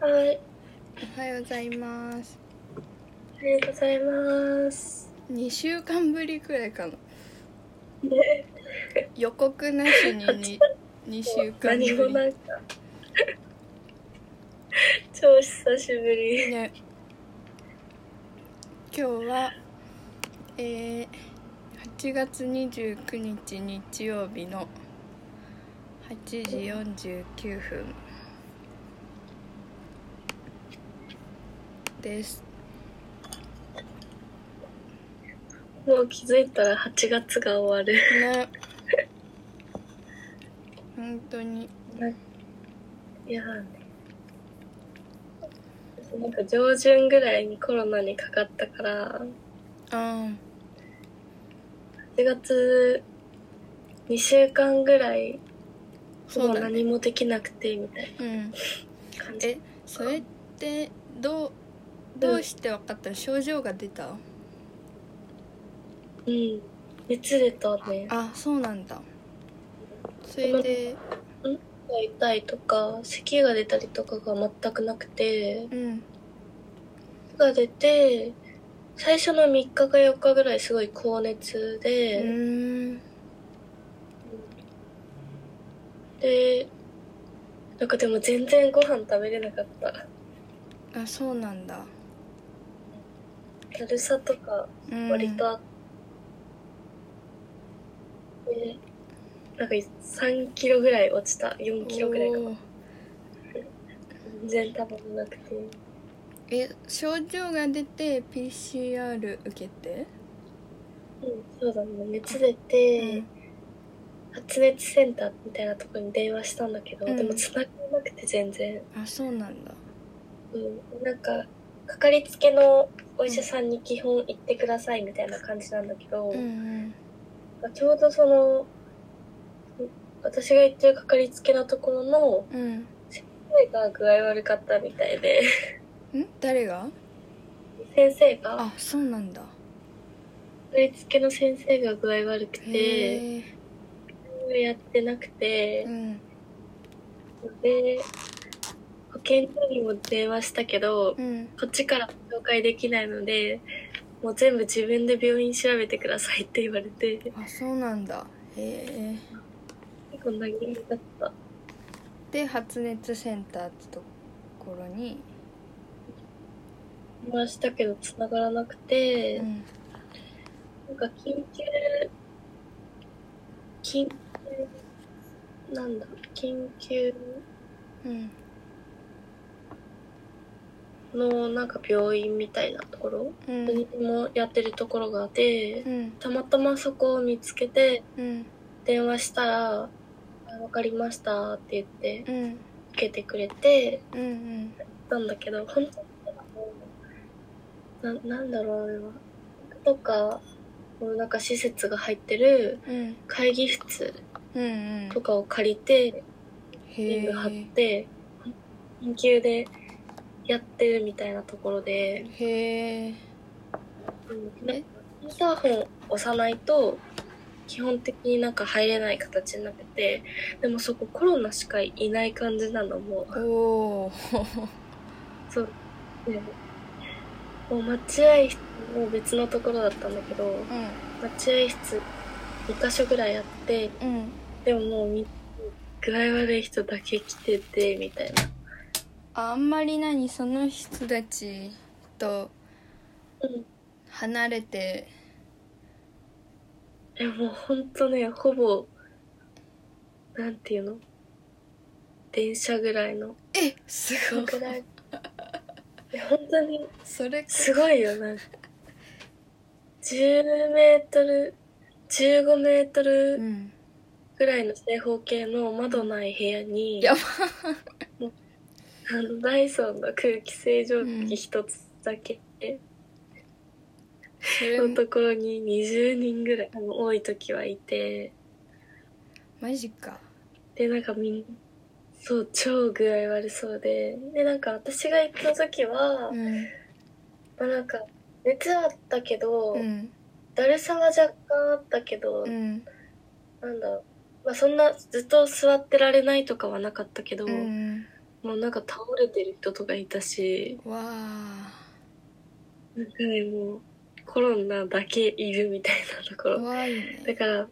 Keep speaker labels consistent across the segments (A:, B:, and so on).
A: はい。
B: おはようございます
A: ありがとうございます。
B: 2週間ぶりくらいかな
A: ね、
B: 予告なしにに2週間
A: 何も
B: ぶ
A: なんか超久しぶ
B: り
A: り。
B: ね今日はえー、8月29日日曜日の8時49分です
A: もう気づいたら8月が終わる。
B: ね本当に
A: いやーね。なんか上旬ぐらいにコロナにかかったから、
B: あ
A: 8月2週間ぐらい
B: そ
A: も
B: う
A: う
B: だね
A: 何もできなくてみたい
B: あうん
A: な感じ。
B: えそれってどうどうして分かったの症状が出た
A: うん。熱出たね。
B: あそうなんだそれで
A: 痛いとか咳が出たりとかが全くなくて
B: うん
A: 咳が出て最初の3日か4日ぐらいすごい高熱
B: う
A: で、
B: ーん
A: でなんかでも全然ご飯食べれなかった
B: あそうなんだ
A: だるさとか
B: うん
A: 割とあって、でなんか3キロぐらい落ちた4キロぐらいか
B: おー
A: 全然食べれなくて
B: え症状が出て PCR 受けて
A: うんそうだね熱出て、
B: うん
A: 発熱センターみたいなところに電話したんだけど、
B: うん
A: でも繋がらなくて全然、
B: あそうなんだ
A: うん、なんかかかりつけのお医者さんに基本行ってくださいみたいな感じなんだけど、
B: うん
A: ちょうどその私が行ってるかかりつけのところの
B: うんうん
A: 先生が具合悪かったみたいで
B: ん誰が
A: 先生がか
B: あそうなんだ
A: かりつけの先生が具合悪くて
B: へえ
A: やってなくて
B: う、ん
A: で保健所にも電話したけど、
B: うん
A: こっちから紹介できないので、もう全部自分で病院調べてくださいって言われて、
B: あそうなんだへえ
A: こんな原因だった。
B: で発熱センターってところに、
A: 電話したけど繋がらなくて
B: う、ん、
A: なんか緊急、緊急、なんだ、緊急
B: うん、
A: のなんか病院みたいなところ、
B: うん
A: 何でもやってるところがあって、
B: うん
A: たまたまそこを見つけて
B: うん
A: 電話したら、あわかりましたって言って
B: うん
A: 受けてくれて、
B: うんうん
A: なんだけど、本当にあのな、なんだろう、あれは。とか、このなんか施設が入ってる
B: うん
A: 会議室
B: うん
A: とかを借りて、
B: へ
A: 全
B: え
A: 部貼って、緊急でやってるみたいなところで、
B: へえ
A: うんなんかインターホン押さないと、基本的になんか入れない形になってて、でもそこコロナしかいない感じなのもう、
B: おお
A: そう。でもう待合室も別のところだったんだけど、待合室2箇所ぐらいあって、
B: うんうん
A: でももうみ具合悪い人だけ来てて、みたいな。
B: ああんまり何その人たちと
A: うん。
B: 離れて
A: え、もうほんとね、ほぼ、なんていうの電車ぐらいの。
B: えすごい
A: ぐらい。え本当に、
B: それ
A: すごいよ、なんか。10メートル、15メート
B: う
A: ル
B: ん
A: ぐらいの正方形の窓ない部屋に、
B: やば
A: あのダイソンの空気清浄機一つだけ
B: それ
A: のところに20人ぐらいあの多い時はいて
B: マジか
A: でなんかみんなそう超具合悪そうででなんか私が行った時は、
B: うん
A: まあ、なんか熱はあったけど、
B: うん
A: だるさは若干あったけど、
B: うん
A: なんだろう、まあ、そんなずっと座ってられないとかはなかったけど、
B: うん
A: もうなんか倒れてる人とかいたし
B: わあ
A: なんかねもうコロナだけいるみたいなところ
B: 怖い
A: だ
B: ね
A: から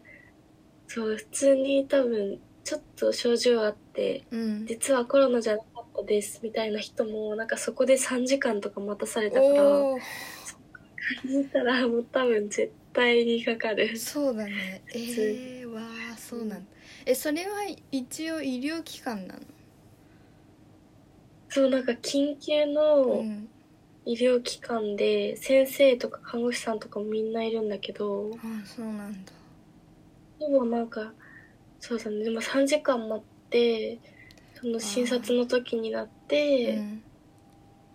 A: そう普通に多分ちょっと症状あって
B: うん
A: 実はコロナじゃなかったですみたいな人もなんかそこで3時間とか待たされたから感
B: おお
A: じたらもう多分絶対にかかる
B: そうだねえー、わあそうなんだえそれは一応医療機関なの
A: そうなんか緊急
B: う
A: の
B: ん
A: 医療機関で先生とか看護師さんとかもみんないるんだけど
B: あそうなんだ
A: でもなんかそうだねでも3時間待ってその診察の時になっ
B: う
A: て、
B: ん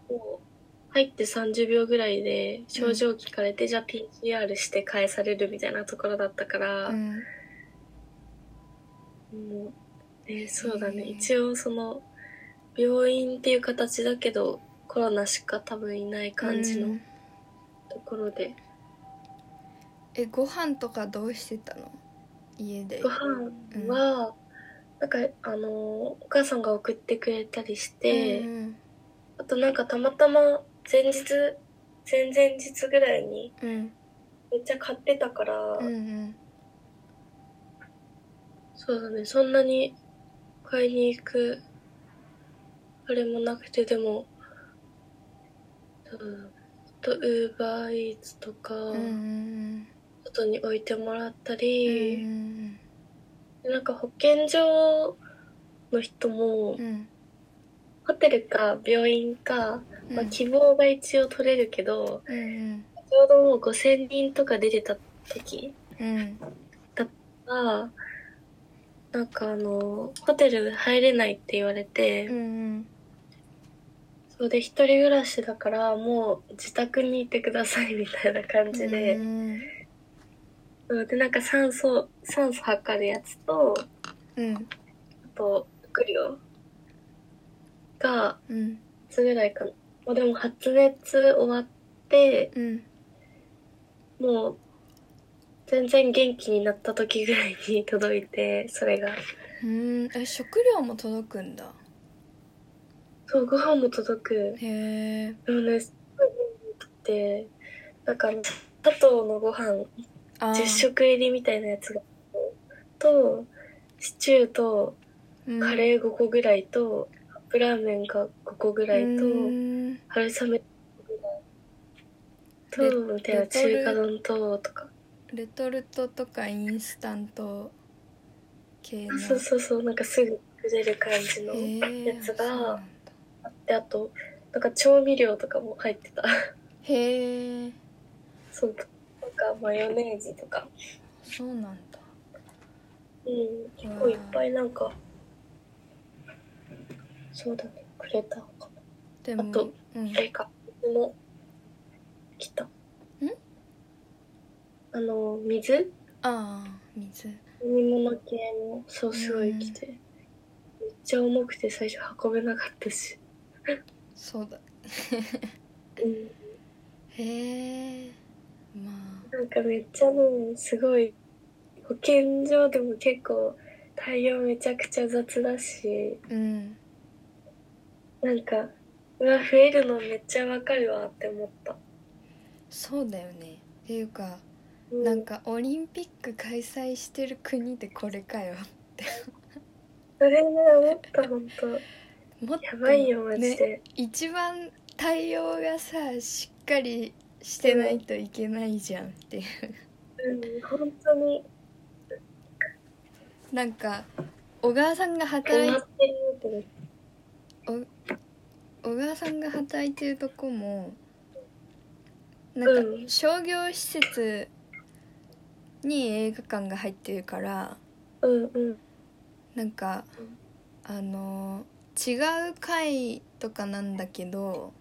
A: もう入って30秒ぐらいで症状聞かれて、じゃあ PCR して返されるみたいなところだったから。
B: うん
A: もう、ね、そうだね。
B: へえ
A: 一応その、病院っていう形だけど、コロナしか多分いない感じ
B: う
A: の
B: ん
A: ところで。
B: えご飯とかどうしてたの家で
A: ご飯は、なんか、あの、お母さんが送ってくれたりして、
B: うん
A: あとなんかたまたま前日、前々日ぐらいに
B: うん
A: めっちゃ買ってたから、
B: うんうん
A: そうだね、そんなに買いに行く、あれもなくて、でも、うん、あと、ウーバーイーツとか、
B: うんうん
A: 外に置いてもらった
B: うんう
A: り、
B: ん
A: でなんか保健所の人も、
B: うん
A: ホテルか病院か、
B: うん
A: まあ、希望が一応取れるけど、
B: うん
A: ちょうどもう5000人とか出てた時
B: うん
A: は、なんかあの、ホテル入れないって言われて、
B: うん
A: そうで、一人暮らしだから、もう自宅にいてくださいみたいな感じで、
B: うん
A: そうで、なんか酸素、酸素測るやつと、
B: うん
A: あと、食料が、
B: うん
A: いつぐらいかな。もうでも発熱終わって、
B: うん
A: もう、全然元気になった時ぐらいに届いて、それが。
B: うんえ食料も届くんだ
A: そう、ご飯も届く。
B: へえ
A: でもね、すごい元気って、なんか、砂糖のご飯
B: あ
A: 10食入りみたいなやつがとシチューとカ
B: ー
A: レー5個ぐらいと、カップラーメンが5個ぐらいと、
B: うん
A: 春雨ぐらいとみたいな
B: レトル
A: 中華丼ととか
B: レトルトとかインスタント系の
A: そうそうそうなんかすぐ作れる感じの
B: へえ
A: やつ
B: そうなん
A: が
B: だ
A: あってあとなんか調味料とかも入ってた
B: へえ
A: そうなんかマヨネーズとか
B: そうなんだ
A: うん結構いっぱいなんかそうだねくれたのかな
B: でも
A: あと
B: うん
A: あれか、水も来た。んあの、水
B: ああ水
A: 飲み物系も、そう、すごい来て。めっちゃ重くて最初運べなかったし。
B: そうだ
A: うん。
B: へえまあ
A: なんかめっちゃね、すごい、保健所でも結構、対応めちゃくちゃ雑だし、
B: うん
A: なんか、うわ、増えるのめっちゃわかるわって思った。
B: そうだよねっていうか
A: う
B: なんかオリンピック開催してる国でこれかよ
A: それね、思った、ほんと。
B: もっと
A: やばいよ、マジ
B: ね、
A: で。
B: 一番対応がさしっかりしてないといけないじゃんっていう
A: うん、本当に、
B: なんか小川さんが働
A: 変
B: い
A: わってるって思って
B: 小川さんが働いてるとこもなん
A: う
B: か商業施設に映画館が入ってるから
A: うんうん。
B: なんか
A: うん
B: あの違う回とかなんだけど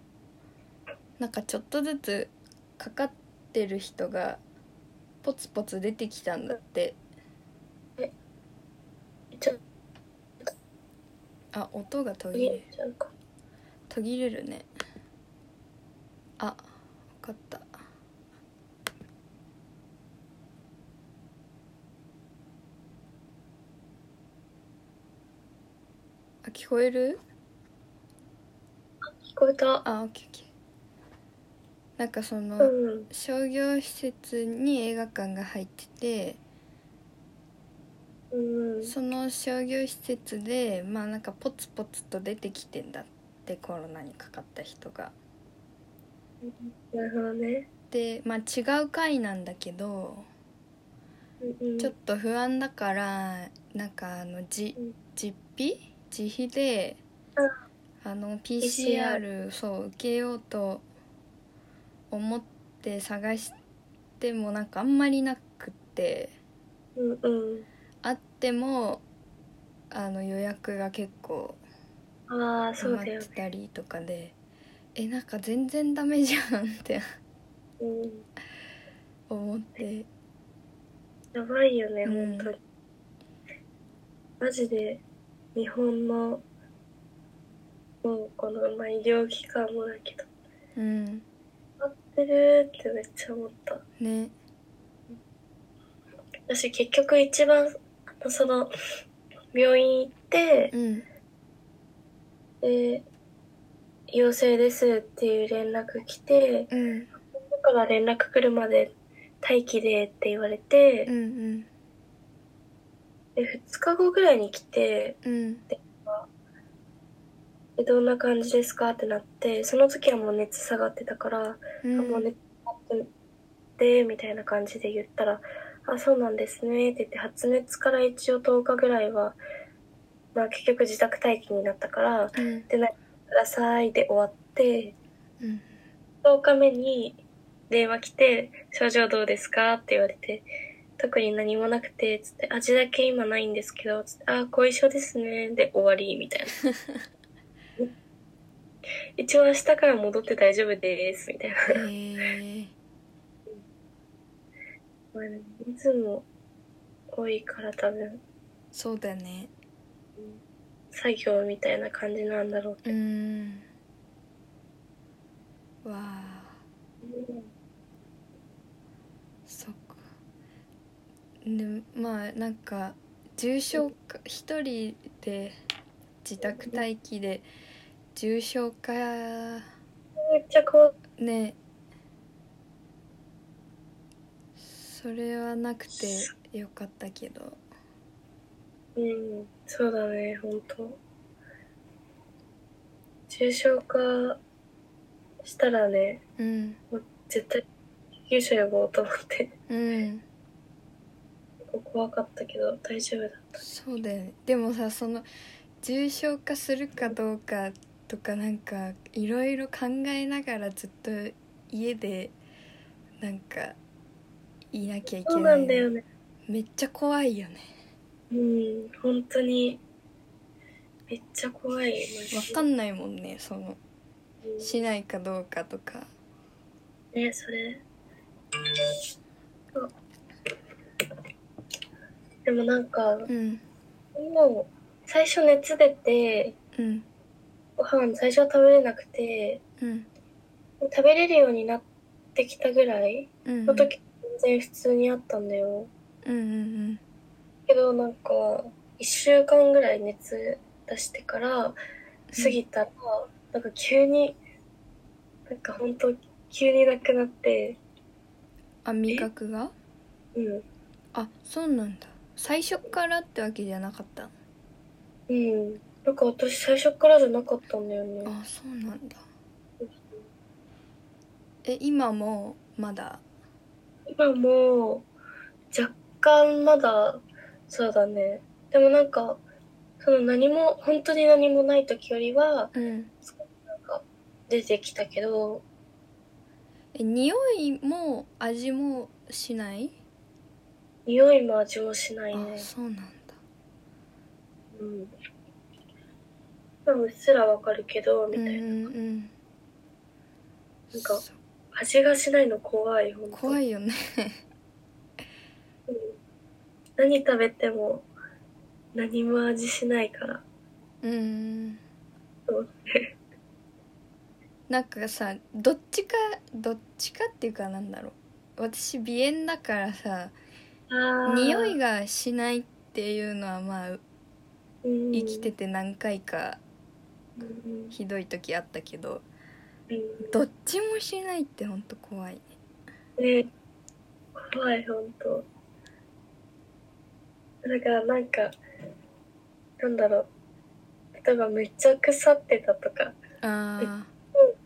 B: なんかちょっとずつかかってる人がポツポツ出てきたんだって
A: ちょっ
B: あ音が途
A: と
B: 切
A: 見
B: れる
A: えちゃうか。
B: 途切れるねあわかったあ聞こえる
A: こえた
B: あオッケーオッケーなんかその、
A: うん
B: 商業施設に映画館が入ってて
A: うん
B: その商業施設でまあなんかポツポツと出てきてんだってコロナにかかった人が
A: なるほどね
B: でまあ違う回なんだけど
A: うん
B: ちょっと不安だからなんかあのじ
A: うん
B: 実費自費で
A: うん
B: あの PCR そう受けようと思って探してもなんかあんまりなくって
A: うんうん
B: あってもあの予約が結構
A: ああそう
B: 埋まっ
A: だよ
B: てたりとかでえなんか全然ダメじゃんって
A: うん
B: 思って
A: やばいよね、
B: うん
A: 本当にマジで日本のもうこの、まあ、医療機関もだけど
B: うん
A: 合ってるってめっちゃ思った
B: ね
A: 私結局一番あのその病院行って
B: うん
A: で陽性ですっていう連絡来て
B: うん
A: だから連絡来るまで待機でって言われて、
B: うんうん
A: で2日後ぐらいに来て
B: うん
A: でどんな感じですかってなってその時はもう熱下がってたから、
B: う
A: あもうん熱下がっててみたいな感じで言ったら「あそうなんですね」って言って発熱から一応10日ぐらいは、まあ、結局自宅待機になったから
B: う
A: 「
B: ん
A: でないください」で終わって
B: うん
A: 10日目に電話来て「症状どうですか?」って言われて「特に何もなくて」つって「味だけ今ないんですけど」つって「あ後遺症ですね」で終わりみたいな。 一応明日から戻って大丈夫ですみたいな。
B: へえ
A: まあね人数も多いから多分
B: そうだね
A: 作業みたいな感じなんだろう
B: う
A: けど、
B: んわあそっかでまあなんか重症化一人で自宅待機で重症化
A: めっちゃ怖
B: ねそれはなくてよかったけど
A: い、うん、そうだね本当重症化したらね
B: うん
A: 絶対救急車呼ぼうと思って
B: うん
A: 結構怖かったけど大丈夫だった
B: そうだよねでもさその重症化するかどうかとかなんかいろいろ考えながらずっと家でなんかいなきゃいけ
A: そう
B: な
A: ないんだよね
B: めっちゃ怖いよね
A: うん本当にめっちゃ怖い
B: わかんないもんねその
A: うん
B: しないかどうかとか
A: ねそれあでもなんか
B: うん
A: もう最初熱出て
B: うん
A: ご飯最初は食べれなくて
B: うん
A: 食べれるようになってきたぐらい
B: うん
A: の時全然普通にあったんだよ
B: うんうん
A: けどなんか1週間ぐらい熱出してから過ぎたら、なんか急になんか本当急になくなって
B: あ味覚が
A: うん
B: あそうなんだ最初からってわけじゃなかった
A: うんなんか私最初からじゃなかったんだよね
B: あそうなんだえ今もまだ
A: 今も若干まだそうだねでもなんかその何も本当に何もない時よりは
B: うん
A: 出てきたけど
B: え匂いも味もしない、
A: 匂いも味もしない
B: あ
A: ね
B: そうなんだ
A: うんでもうっすらわかるけどみ
B: う
A: た
B: ん
A: いな、
B: うんうん
A: なんか
B: そう
A: 味がしないの怖い本当
B: 怖いよね
A: うん何食べても何も味しないから
B: うん
A: そう
B: なんかさどっちかどっちかっていうかなんだろう私鼻炎だからさ
A: あー
B: 匂いがしないっていうのはまあ
A: うん
B: 生きてて何回か
A: うん
B: ひどい時あったけど
A: うん
B: どっちもしないってほんと怖いね
A: ね怖い本当だからなんかなんだろう例えばめっちゃ腐ってたとか
B: あ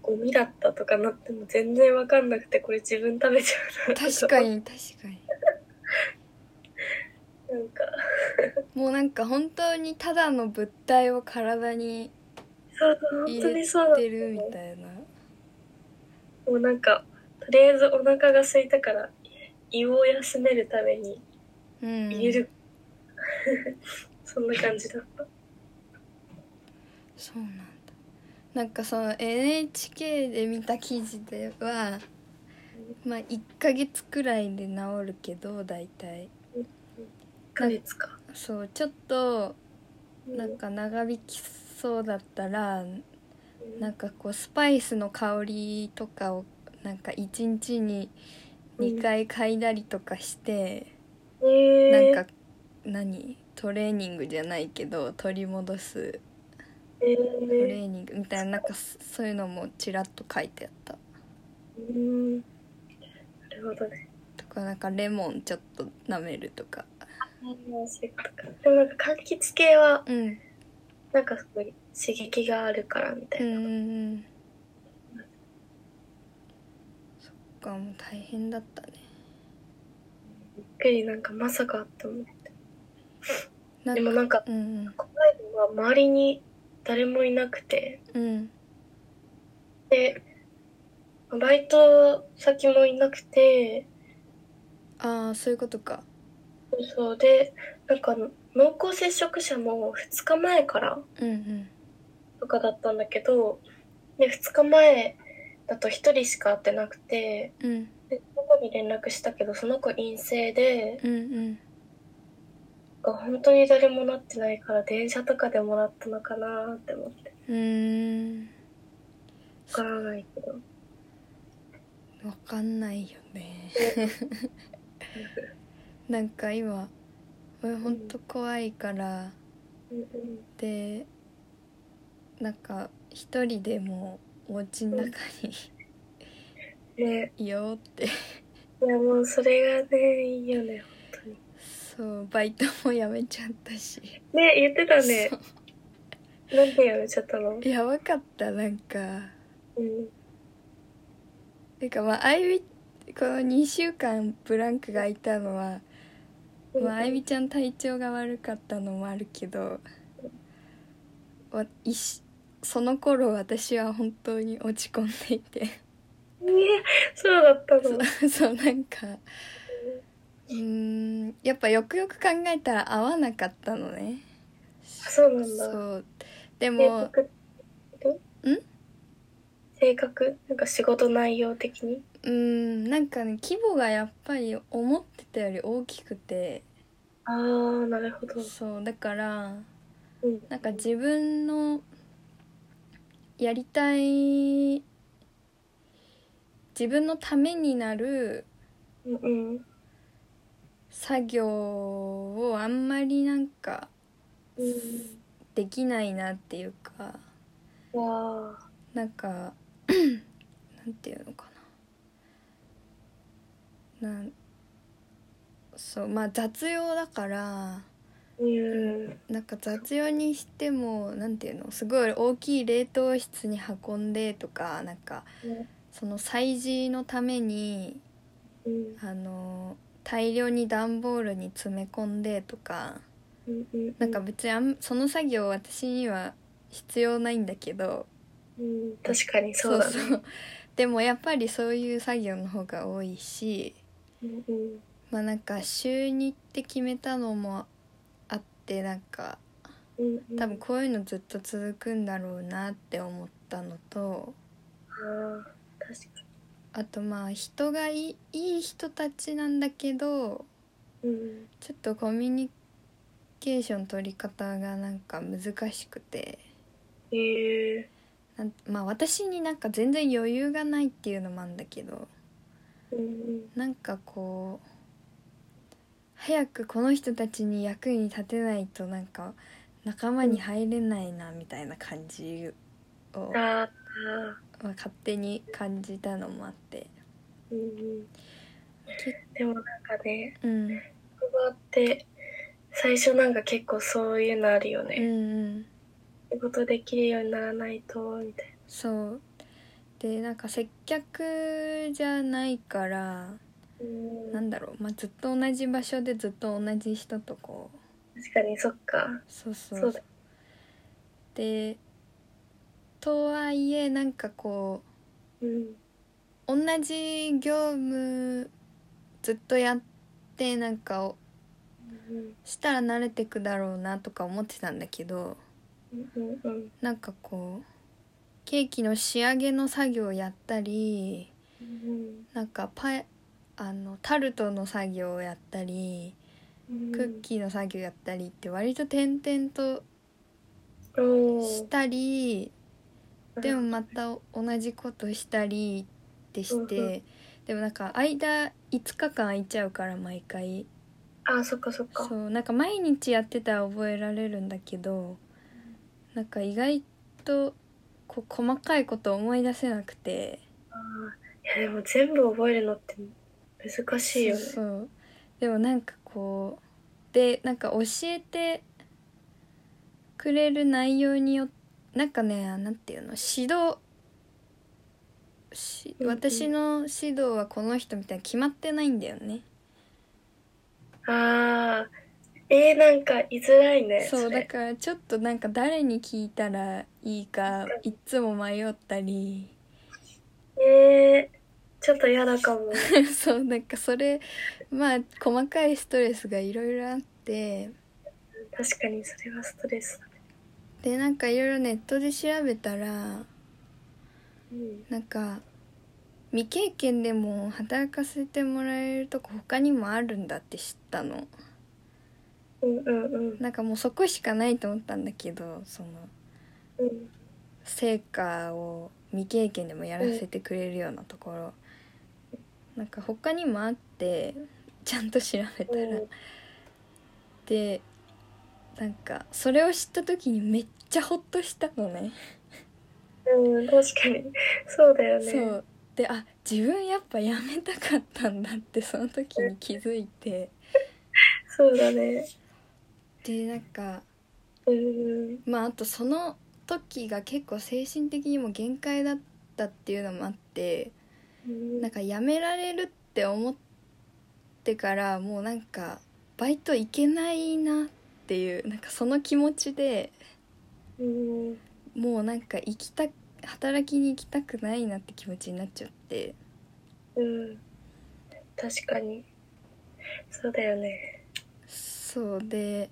A: ゴミだったとかなっても全然わかんなくてこれ自分食べちゃうな
B: ー
A: と
B: 確かに確かに
A: なんか
B: もうなんか本当にただの物体を体に
A: そう本
B: 入
A: 当
B: れ
A: にそうなの
B: てるみたいな
A: もうなんかとりあえずお腹が空いたから胃を休めるために
B: うん
A: 入れる、 そんな感じだった
B: そうなんだなんかその NHK で見た記事ではまあ1ヶ月くらいで治るけど大体
A: 1ヶ月か
B: そうちょっと
A: うん
B: なんか長引きそうだったら
A: うん
B: なんかこうスパイスの香りとかをなんか1日に2回嗅いだりとかして、
A: えー、
B: なんか何トレーニングじゃないけど取り戻す
A: え
B: トレ
A: ー
B: ーニングみたいななんかそそういうのもちらっと書いてあった
A: うんなるほどね。
B: とかなんかレモンちょっと舐めるとか
A: あーそういうことかでもなんか柑橘系は
B: うん
A: なんかすごい刺激があるからみた
B: う
A: い
B: ん
A: な。
B: う
A: うん
B: んうんそっかもう大変だったね
A: びっくりなんかまさかって思って。
B: なん
A: で
B: か
A: もなんか
B: うん
A: 怖いのは周りに誰もいなくて。
B: うんうん
A: で、バイト先もいなくて、
B: ああそういうことか
A: そうで、なんか濃厚接触者も2日前から
B: うんうん
A: とかだったんだけど、で、2日前だと1人しか会ってなくて、
B: うん
A: でその子に連絡したけどその子陰性で
B: うんうん
A: 本当に誰もなってないから電車とかでもらったのかなって思って
B: うーん
A: わからないけど
B: わかんないよね なんか今俺ほんと怖いから、
A: うんうん
B: でなんか一人でもお家の中に
A: ね
B: いようって
A: いやもうそれがねいいよね本当に
B: そうバイトも辞めちゃったし
A: ね言ってたねなんでやめちゃったの
B: やばかったなんか
A: うん
B: てかまああゆみこの2週間ブランクが空いたのは、まああゆみちゃん体調が悪かったのもあるけどわいしその頃私は本当に落ち込んでいて
A: ねそうだったの
B: そう そうなんかうーんやっぱよくよく考えたら合わなかったのね
A: そうなんだ
B: そうで
A: 性
B: も
A: 格
B: ん
A: 性格なんか仕事内容的に
B: うーんなんかね規模がやっぱり思ってたより大きくて
A: ああなるほど
B: そうだから
A: うん
B: なんか自分のやりたい自分のためになる
A: うんうん
B: 作業をあんまりなんか
A: うん
B: できないなっていうか
A: わあ
B: なんか なんていうのかななんそうまあ雑用だから
A: うん
B: なんか雑用にしてもなんていうのすごい大きい冷凍室に運んでとかなんかその催事のために
A: うん
B: あの大量に段ボールに詰め込んでとか
A: うんうん
B: なんか別にあんその作業私には必要ないんだけど
A: うん確かにそうだね
B: そうでもやっぱりそういう作業の方が多いし
A: うんうん
B: まあなんか週にって決めたのもあってなんか
A: うんうん
B: 多分こういうのずっと続くんだろうなって思ったのと
A: あー確か
B: あとまあ人がいいいい人たちなんだけど
A: にうん
B: ちょっとコミュニケーション取り方がなんか難しくて
A: へえ
B: なんまあ私になんか全然余裕がないっていうのもあるんだけど
A: うん
B: なんかこう早くこの人たちに役に立てないとなんか仲間に入れないなみたいな感じを
A: うんあーあ
B: まあ勝手に感じたのもあって
A: うんうん、でもなんかね
B: うん
A: 職場って最初なんか結構そういうのあるよね、
B: うんうん
A: 仕事できるようにならないとみたい
B: そうでなんか接客じゃないから
A: なうん
B: なんだろう、まあ、ずっと同じ場所でずっと同じ人とこう
A: 確かにそっか
B: そうそう
A: そうだ
B: でとはいえなんかこう
A: うん
B: 同じ業務ずっとやってなんかお
A: うん
B: したら慣れてくだろうなとか思ってたんだけど
A: うんうんうん
B: なんかこうケーキの仕上げの作業をやったり
A: うん
B: なんかパイあのタルトの作業をやったり
A: うん
B: クッキーの作業やったりって割と点々と
A: お
B: し
A: ー
B: たり
A: うん
B: でもまた同じことしたりってし
A: うん
B: てでもなんか間5日間空いちゃうから毎回
A: あそっかそっか
B: そうなんか毎日やってたら覚えられるんだけどなんか意外とこう細かいこと思い出せなくて
A: あーいやでも全部覚えるのって難しいよね
B: そうそうでもなんかこうでなんか教えてくれる内容によってなんかねなんていうの指導し
A: うんうん
B: 私の指導はこの人みたいに決まってないんだよね。
A: ああえー、なんか居づらいね
B: そうだ
A: れ
B: からちょっとなんか誰に聞いたらいいかいっつも迷ったり
A: えー、ちょっと嫌だかも
B: そうなんかそれまあ細かいストレスがいろいろあって
A: 確かにそれはストレスだね
B: でなんかいろいろネットで調べたら
A: うん
B: なんか未経験でも働かせてもらえるとこ他にもあるんだって知ったの
A: うんうんうん
B: なんかもうそこしかないと思ったんだけどその
A: うん
B: 成果を未経験でもやらせてくれるようなところ、なんか他にもあってちゃんと調べたら、
A: うん
B: でなんかそれを知った時にめっちゃホッとしたのね
A: うん、確かに。そうだよね。
B: そうであ自分やっぱやめたかったんだってその時に気づいて
A: そうだね。
B: でなんか
A: うんうん。
B: まああとその時が結構精神的にも限界だったっていうのもあって
A: うん
B: なんかやめられるって思ってからもうなんかバイト行けないなっていうなんかその気持ちで
A: うんうん。
B: もうなんか行きた働きに行きたくないなって気持ちになっちゃって
A: うん。確かに。そうだよね。
B: そうで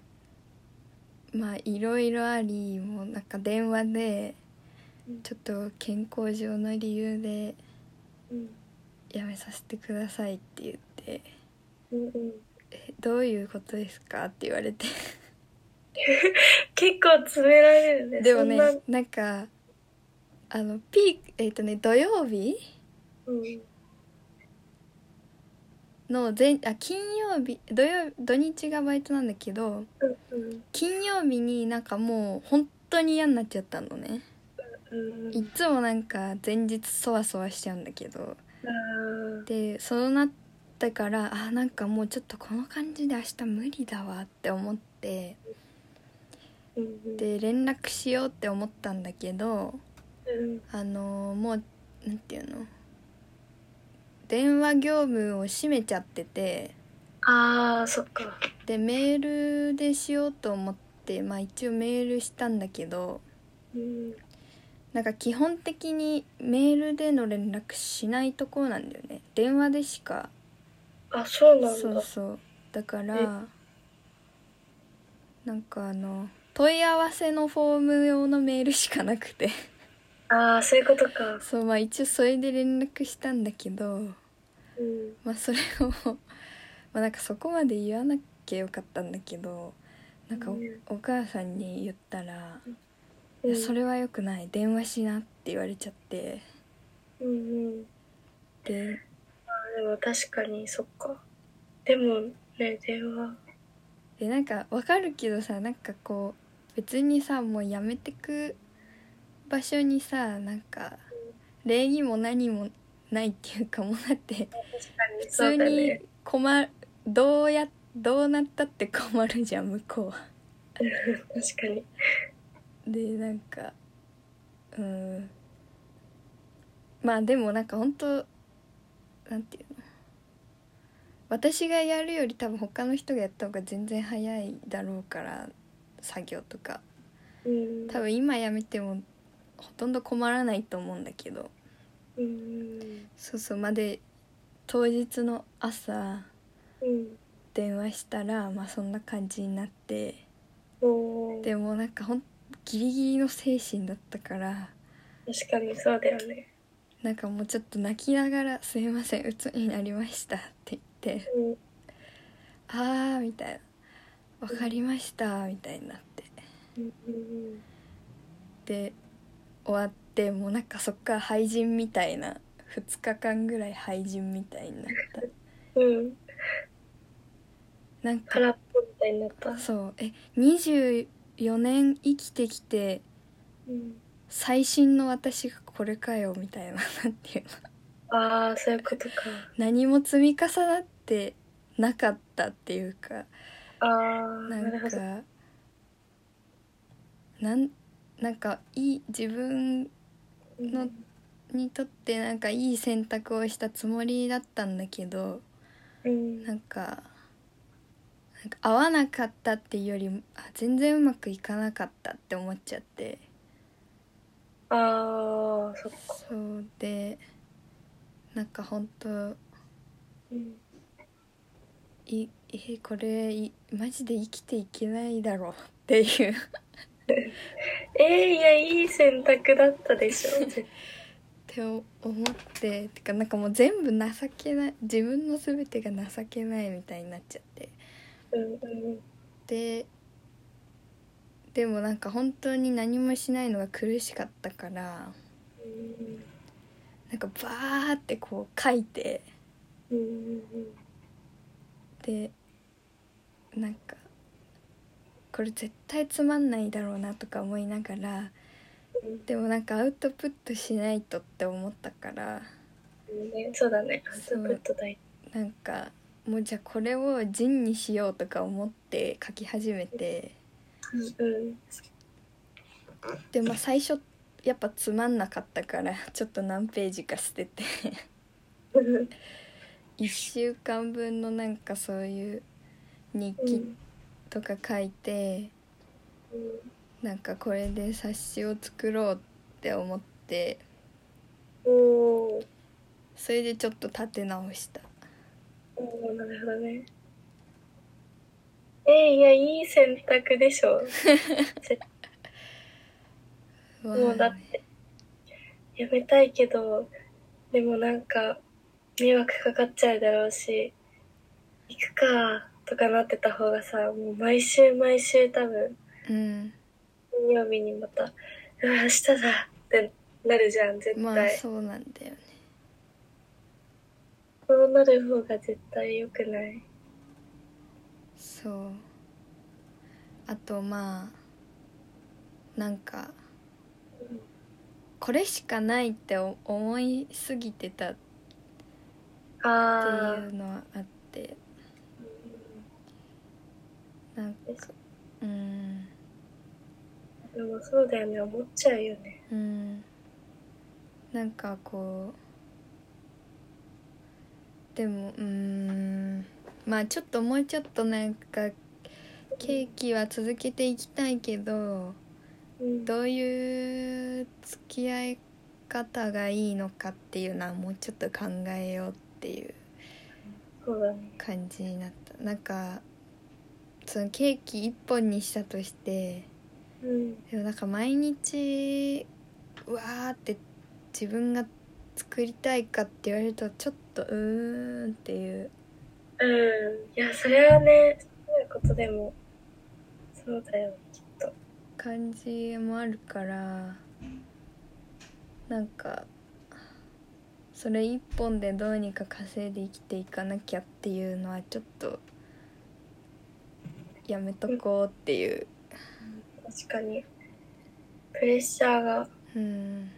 B: まあいろいろありもうなんか電話で
A: うん
B: ちょっと健康上の理由で
A: うん。
B: やめさせてくださいって言って
A: うんうん。
B: 「どういうことですか?」って言われて
A: 結構詰められるね。
B: でも
A: そんな
B: ねなんかあのピークえっ、とね土曜日
A: うん。
B: の前あ金曜日土曜土日がバイトなんだけど
A: うん。
B: 金曜日になんかもう本当に嫌になっちゃったのね
A: うん。うん
B: いっつもなんか前日そわそわしちゃうんだけど
A: あ
B: でそうなったからあなんかもうちょっとこの感じで明日無理だわって思って
A: ーうんうん。
B: で連絡しようって思ったんだけど
A: うん
B: あのーもうなんていうの電話業務を閉めちゃってて
A: ああ、そっか。
B: でメールでしようと思ってまあ一応メールしたんだけど
A: うん。
B: なんか基本的にメールでの連絡しないところなんだよね電話でしか
A: あ、そうなんだ。
B: そうそうだからなんかあの問い合わせのフォーム用のメールしかなくて
A: ああ、そういうことか。
B: そうまあ一応それで連絡したんだけど
A: うん。
B: まあそれを まあなんかそこまで言わなきゃよかったんだけどなんかお,、
A: うん
B: 母さんに言ったら「
A: う
B: い
A: ん
B: やそ。れは良くない電話しな」って言われちゃって
A: うんうん。
B: で
A: でも確かに、そっか。でも、ね、電話。
B: でなんかわかるけどさなんかこう別にさもうやめてく場所にさなんか礼儀も何もないっていうかもうだって
A: 確かに
B: 普
A: そ
B: 通
A: うだよね
B: に困るどうやどうなったって困るじゃん向こうは。
A: 確かに
B: でなんかうんまあでもなんか本当なんていうの私がやるより多分他の人がやった方が全然早いだろうから作業とか
A: うん
B: 多分今やめてもほとんど困らないと思うんだけど
A: うん
B: そうそうまで当日の朝
A: うん
B: 電話したらまあそんな感じになって
A: もう
B: でもなんかほんギリギリの精神だったから。
A: 確かにそうだよね
B: なんかもうちょっと泣きながら「すいません鬱になりました」って言って
A: うん
B: 「あー」みたいな「わかりました」みたいになって
A: うんうん
B: で終わってもうなんかそっから廃人みたいな2日間ぐらい廃人みたいになった
A: うんうん
B: なんか
A: 空っぽみたいになった
B: そうえ24年生きてきて
A: うん
B: 最新の私がこれかよみたいななんていうの
A: ああそういうことか
B: 何も積み重なってなかったっていうか
A: ああ
B: な
A: なる
B: ん
A: ほど
B: かなんなんかいい自分のにとってなんかいい選択をしたつもりだったんだけど
A: うん
B: なんかなんか合わなかったっていうよりもあ全然うまくいかなかったって思っちゃって
A: ああそっか
B: そうでなんか本当
A: うん
B: いえこれいマジで生きていけないだろうっていう
A: えー、いやいい選択だったでしょ絶
B: って思っててかなんかもう全部情けない自分の全てが情けないみたいになっちゃって
A: 対うんうん
B: ででもなんか本当に何もしないのが苦しかったから
A: うん
B: なんかバーってこう書いて
A: うんうん
B: でなんかこれ絶対つまんないだろうなとか思いながら
A: うん
B: でもなんかアウトプットしないとって思ったから
A: うんねそうだねアウトプット大
B: なんかもうじゃあこれをジンにしようとか思って書き始めて
A: 事うん
B: でまあ最初やっぱつまんなかったから ちょっと何ページか捨 てて
A: うん
B: 1週間分のなんかそういう日記とか書いて、
A: うん
B: なんかこれで冊子を作ろうって思って
A: おー
B: それでちょっと立て直した
A: おーなるほどねえー、いやいい選択でしょもうだってやめたいけどでもなんか迷惑かかっちゃうだろうし行くかとかなってた方がさもう毎週毎週多分
B: うん
A: 金曜日にまた「うわ明日だ」ってなるじゃん絶対、
B: まあそうなんだよね
A: そうなる方が絶対良くない
B: そうあとまあなんか
A: うん
B: これしかないってお思いすぎてたって
A: あ
B: いうのはあってなんか
A: あです
B: うん
A: でもそうだよね思っちゃうよね
B: うんなんかこうでもうんまあちょっともうちょっとなんかケーキは続けていきたいけど
A: うん
B: どういう付き合い方がいいのかっていうのはもうちょっと考えようっていう
A: そうだね
B: 感じになったなんかそのケーキ1本にしたとして
A: うん
B: でもなんか毎日うわーって自分が作りたいかって言われるとちょっとうーんっていう
A: うんいやそれはねそういうことでもそうだよきっと
B: 感じもあるからなんかそれ一本でどうにか稼いで生きていかなきゃっていうのはちょっとやめとこうっていう
A: 確かにプレッシャーが
B: うん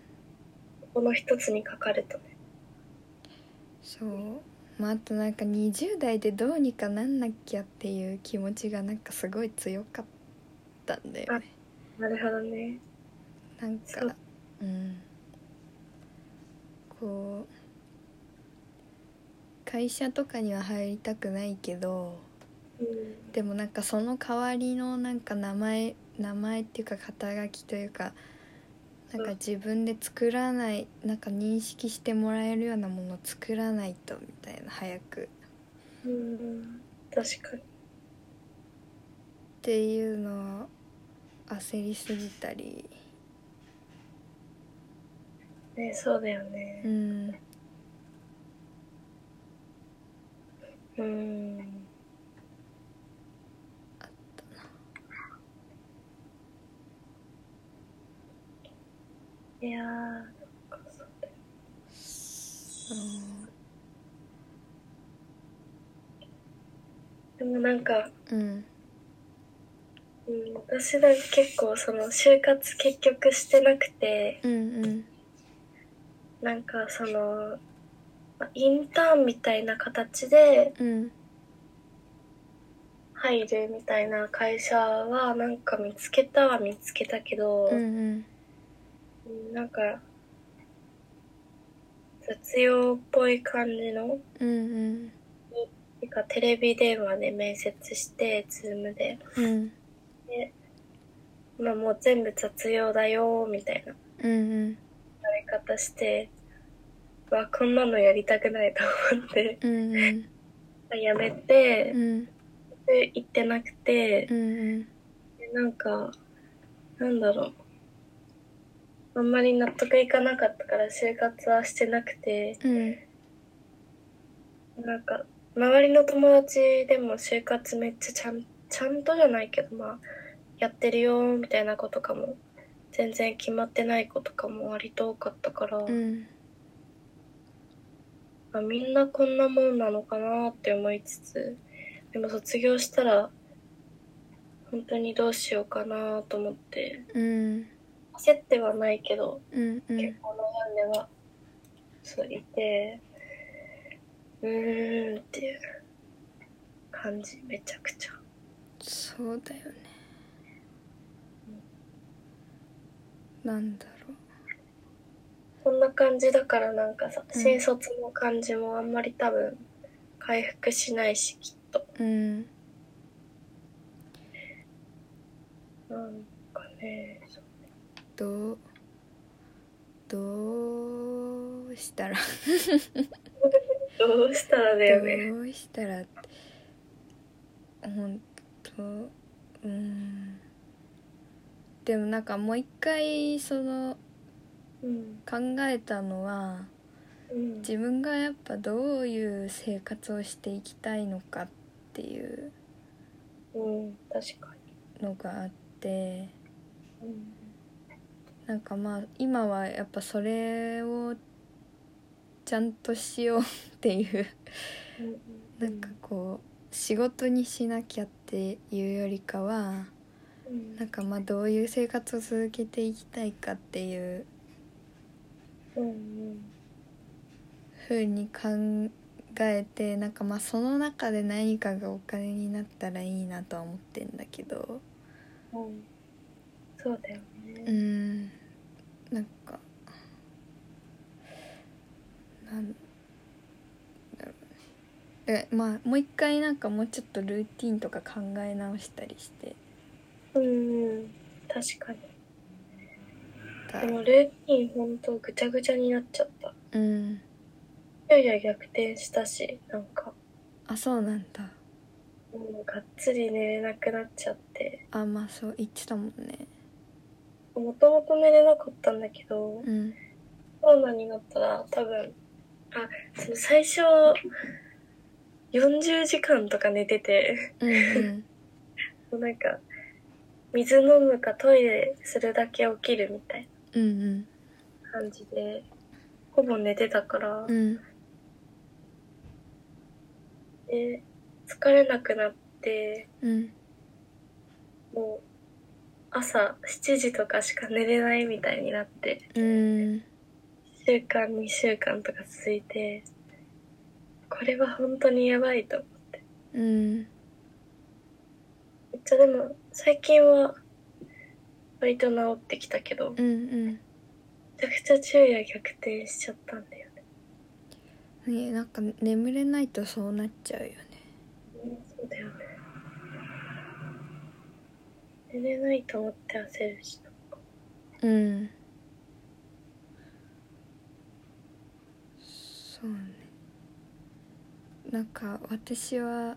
A: この一つに書かれたね
B: そうまああとなんか20代でどうにかなんなきゃっていう気持ちがなんかすごい強かったんだよね
A: なるほどね
B: なん
A: そう
B: かうんこう会社とかには入りたくないけど
A: うん
B: でもなんかその代わりのなんか名前名前っていうか肩書きというかなんか
A: うん
B: 自分で作らないなんか認識してもらえるようなものを作らないとみたいな早く
A: うん確かに
B: っていうのは焦りすぎたり
A: ねそうだよね
B: うん
A: うんいやーそっかそっかでもなんか、
B: うん
A: うん、私なんか結構その就活結局してなくて
B: うんうん
A: なんかそのまインターンみたいな形で
B: うん
A: 入るみたいな会社はなんか見つけたは見つけたけど、
B: うんうん
A: うんなんか雑用っぽい感じの
B: うんうん
A: なんかテレビ電話で面接してズームで、
B: うん
A: まあ、もう全部雑用だよみたいな
B: うん
A: やり方してうわこんなのやりたくないと思って
B: うんうんうん
A: やめて
B: う、ん
A: で行ってなくて
B: う、ん
A: でなんかなんだろうあんまり納得いかなかったから就活はしてなくて
B: うん
A: なんか周りの友達でも就活めっちゃちゃんちゃんとじゃないけどまあやってるよみたいな子とかも全然決まってない子とかも割と多かったから、
B: うん
A: まあ、みんなこんなもんなのかなって思いつつでも卒業したら本当にどうしようかなと思って
B: うん
A: 焦ってはないけど
B: うんうん
A: 結構悩んではそういてうーんっていう感じめちゃくちゃ
B: そうだよねなんだろ
A: こんな感じだからなんかさ
B: うん
A: 新卒の感じもあんまり多分回復しないしきっと
B: ううん
A: なんかねそう
B: どうどうしたら
A: どうしたらだよね
B: どうしたら本当うんでもなんかもう一回その
A: うん
B: 考えたのは
A: うん
B: 自分がやっぱどういう生活をしていきたいのかっていう
A: うん確か
B: のがあって
A: にうん
B: なんかまあ今はやっぱそれをちゃんとしようっていう
A: う
B: なんんかこう仕事にしなきゃっていうよりかは
A: うん
B: なんかまあどういう生活を続けていきたいかっていう
A: うんうん
B: 風に考えてなんかまあその中で何かがお金になったらいいなとは思ってんだけど
A: うんそうだよ
B: う
A: ね
B: んなんかなんだろうねでまあもう一回なんかもうちょっとルーティンとか考え直したりして
A: うんうん確かに
B: た
A: でもルーティンほんとぐちゃぐちゃになっちゃった
B: うん
A: いやいや逆転したしなんか
B: あそうなんだ
A: もうがっつり寝れなくなっちゃって
B: あまあそう言ってたもんね
A: もともと寝れなかったんだけど
B: うん
A: コロナになったら多分あその最初40時間とか寝てて
B: うんうん
A: もうなんか水飲むかトイレするだけ起きるみたい
B: うんうん
A: な感じでほぼ寝てたから、
B: うん
A: で疲れなくなって
B: うん
A: もう朝7時とかしか寝れないみたいになって
B: うん
A: 週間2週間とか続いてこれは本当にやばいと思って
B: うん
A: めっちゃでも最近は割と治ってきたけど
B: うんうん
A: めちゃくちゃ昼夜逆転しちゃったんだよね
B: ねなんか眠れないとそうなっちゃうよね
A: そうだよね寝れないと思って焦るし
B: うんそうねなんか私は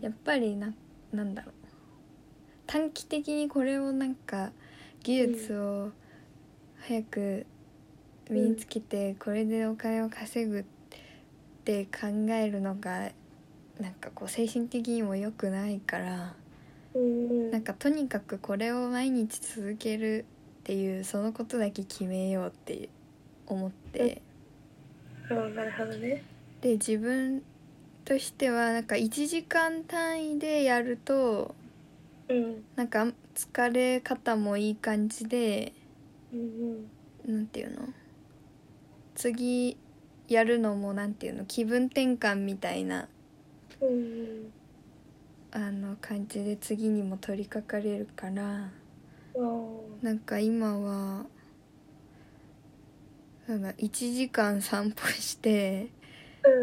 B: やっぱりななんだろう短期的にこれをなんか技術を早く身につけてこれでお金を稼ぐって考えるのがなんかこう精神的にも良くないから
A: うん
B: なんかとにかくこれを毎日続けるっていうそのことだけ決めようって思って
A: そうなるほどね
B: で自分としてはなんか1時間単位でやると
A: うん
B: なんか疲れ方もいい感じで
A: うん
B: なんていうの次やるのもなんていうの気分転換みたいな
A: うんうん
B: あの感じで次にも取り掛かれるから
A: うん
B: なんか今はなんだ1時間散歩して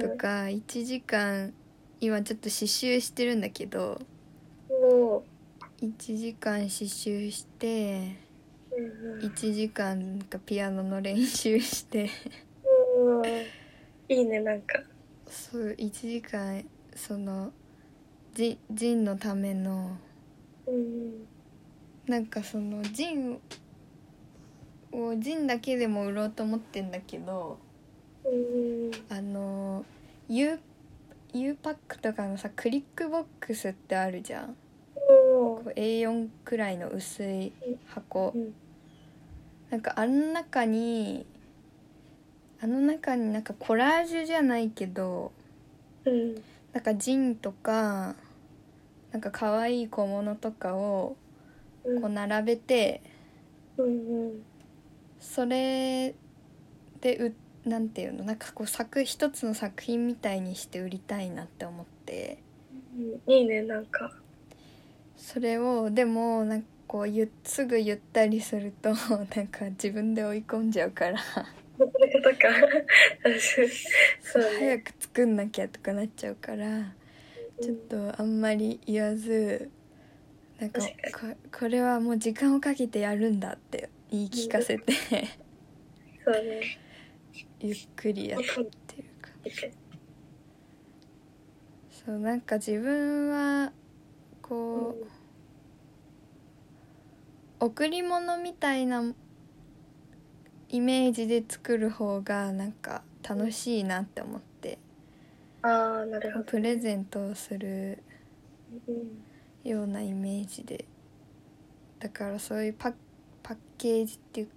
B: とか1時間今ちょっと刺繍してるんだけど
A: も
B: 1時間刺繍して
A: ううんうん
B: 1時間なんかピアノの練習して
A: うんいいねなんか
B: そう1時間そのジジンのための
A: うん
B: なんかそのジンをジンだけでも売ろうと思ってんだけど
A: うん
B: あの U, U パックとかのさクリックボックスってあるじゃん
A: も
B: こう A4 くらいの薄い箱
A: うん
B: なんかあの中にあの中になんかコラージュじゃないけど
A: うん
B: なんかジンとかなんか可愛い小物とかを
A: うん
B: こう並べて
A: うんうん
B: それでうなんていうのなんかこう作一つの作品みたいにして売りたいなって思って
A: うんいいねなんか
B: それをでもなんかこうゆすぐ言ったりすると なんか自分で追い込んじゃうから
A: そういうことか そうね
B: 早く作んなきゃとかなっちゃうからちょっとあんまり言わずなんか
A: 確
B: ここれはもう時間をかけてやるんだって言い聞かせて
A: そうね
B: ゆっくりやってるかそうなんか自分はこう、贈り物みたいなイメージで作る方がなんか楽しいなって思って
A: ああなるほど
B: プレゼントをする
A: うん
B: ようなイメージでだからそういうパッパッケージっていう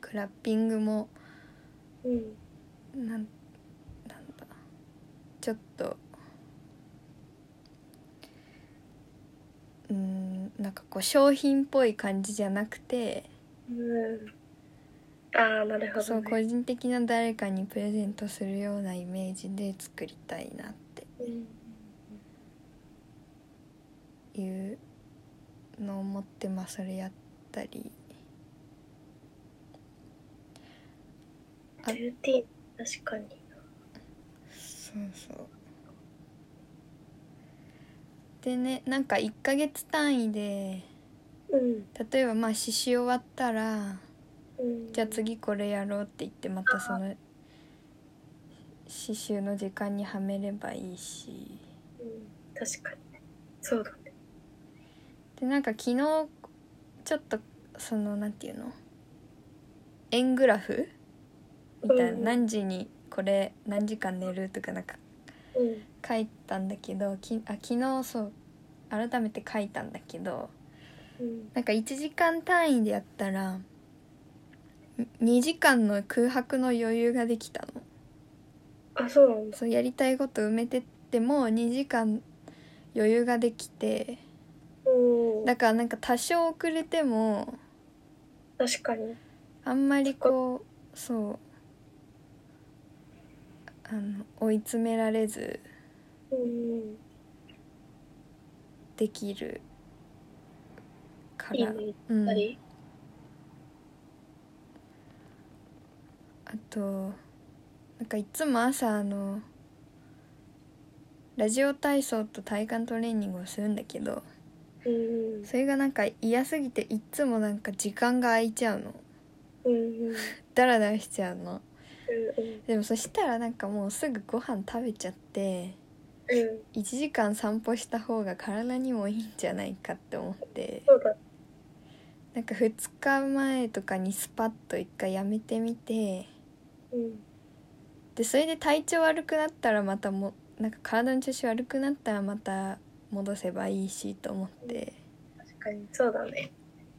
B: クラッピングも
A: うん
B: なんなんだちょっとうーんなんかこう商品っぽい感じじゃなくて
A: うんああなるほ
B: そ
A: ど
B: う個
A: ね
B: 人的な誰かにプレゼントするようなイメージで作りたいなっ
A: うん
B: ていうのを思ってまあそれやったりあ
A: ルーティン確かに
B: そうそうでねなんか1ヶ月単位で
A: うん
B: 例えばまあ刺繍終わったら
A: うん
B: じゃあ次これやろうって言ってまたその刺繍の時間にはめればいいし
A: うん確かにねそうだね
B: でなんか昨日ちょっとそのなんていうの円グラフみたいな
A: うん
B: 何時にこれ何時間寝るとかなんか
A: うん
B: 書いたんだけどきあ昨日そう改めて書いたんだけど
A: うん
B: なんか1時間単位でやったら2時間の空白の余裕ができたの。
A: あそうなんだ
B: そうやりたいこと埋めてっても2時間余裕ができて
A: うん
B: だからなんか多少遅れても
A: 確かに
B: あんまりこうそうあの追い詰められず
A: うん
B: できるか
A: いい
B: ら
A: ね
B: う
A: やっ
B: ん
A: ぱり
B: あとなんかいつも朝あのラジオ体操と体幹トレーニングをするんだけど
A: うん
B: それがなんか嫌すぎていつもなんか時間が空いちゃうの
A: うんうん
B: ダラダラしちゃうの
A: うん
B: でもそしたらなんかもうすぐご飯食べちゃって
A: うん
B: 1時間散歩した方が体にもいいんじゃないかって思って
A: そうだ
B: なんか2日前とかにスパッと1回やめてみて
A: うん
B: でそれで体調悪くなったらまたもなんか体の調子悪くなったらまた戻せばいいしと思って
A: 確かにそうだね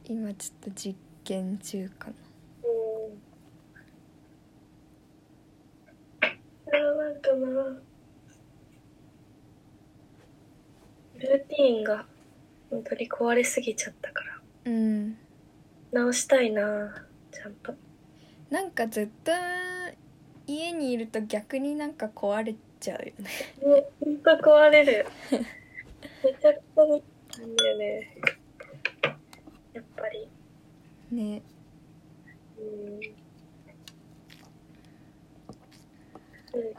B: 今ちょっと実験中かな
A: うんあーなんかなルーティーンが本当に壊れすぎちゃったから
B: うん
A: 直したいなちゃんと
B: なんかずっと家にいると逆になんか壊れちゃうよね
A: ね、ほんと壊れる。めちゃくちゃなんだよね。やっぱり。
B: ね
A: うん。うん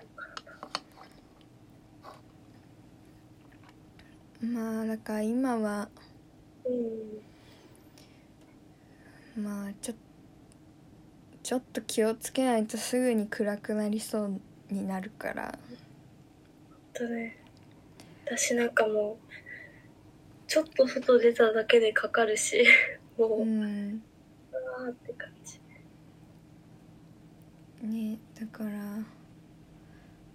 B: まあだから今は
A: うん。
B: まあちょちょっと気をつけないとすぐに暗くなりそうになるから
A: ほんとね。私なんかもう、ちょっと外出ただけでかかるし、 もう、
B: う
A: うんわーって感じ。
B: ねだから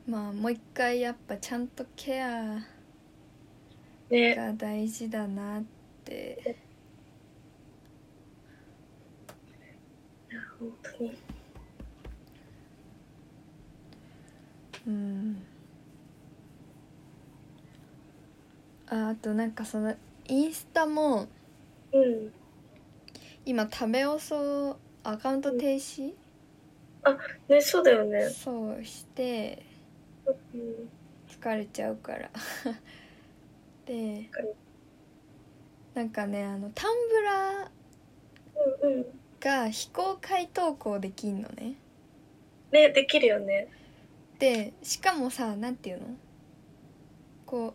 B: まあもう一回やっぱちゃんとケア
A: ね。
B: が大事だなって
A: いや、ほんとに。
B: うんああとなんかそのインスタも
A: うん。
B: 今食べおそアカウント停止、
A: ね、そうだよね。
B: そうして
A: うん。
B: 疲れちゃうから で
A: かる
B: なんかねあのタンブラ
A: うんうん。
B: ーが非公開投稿できんのね
A: ね、できるよね。
B: でしかもさなんていうのこう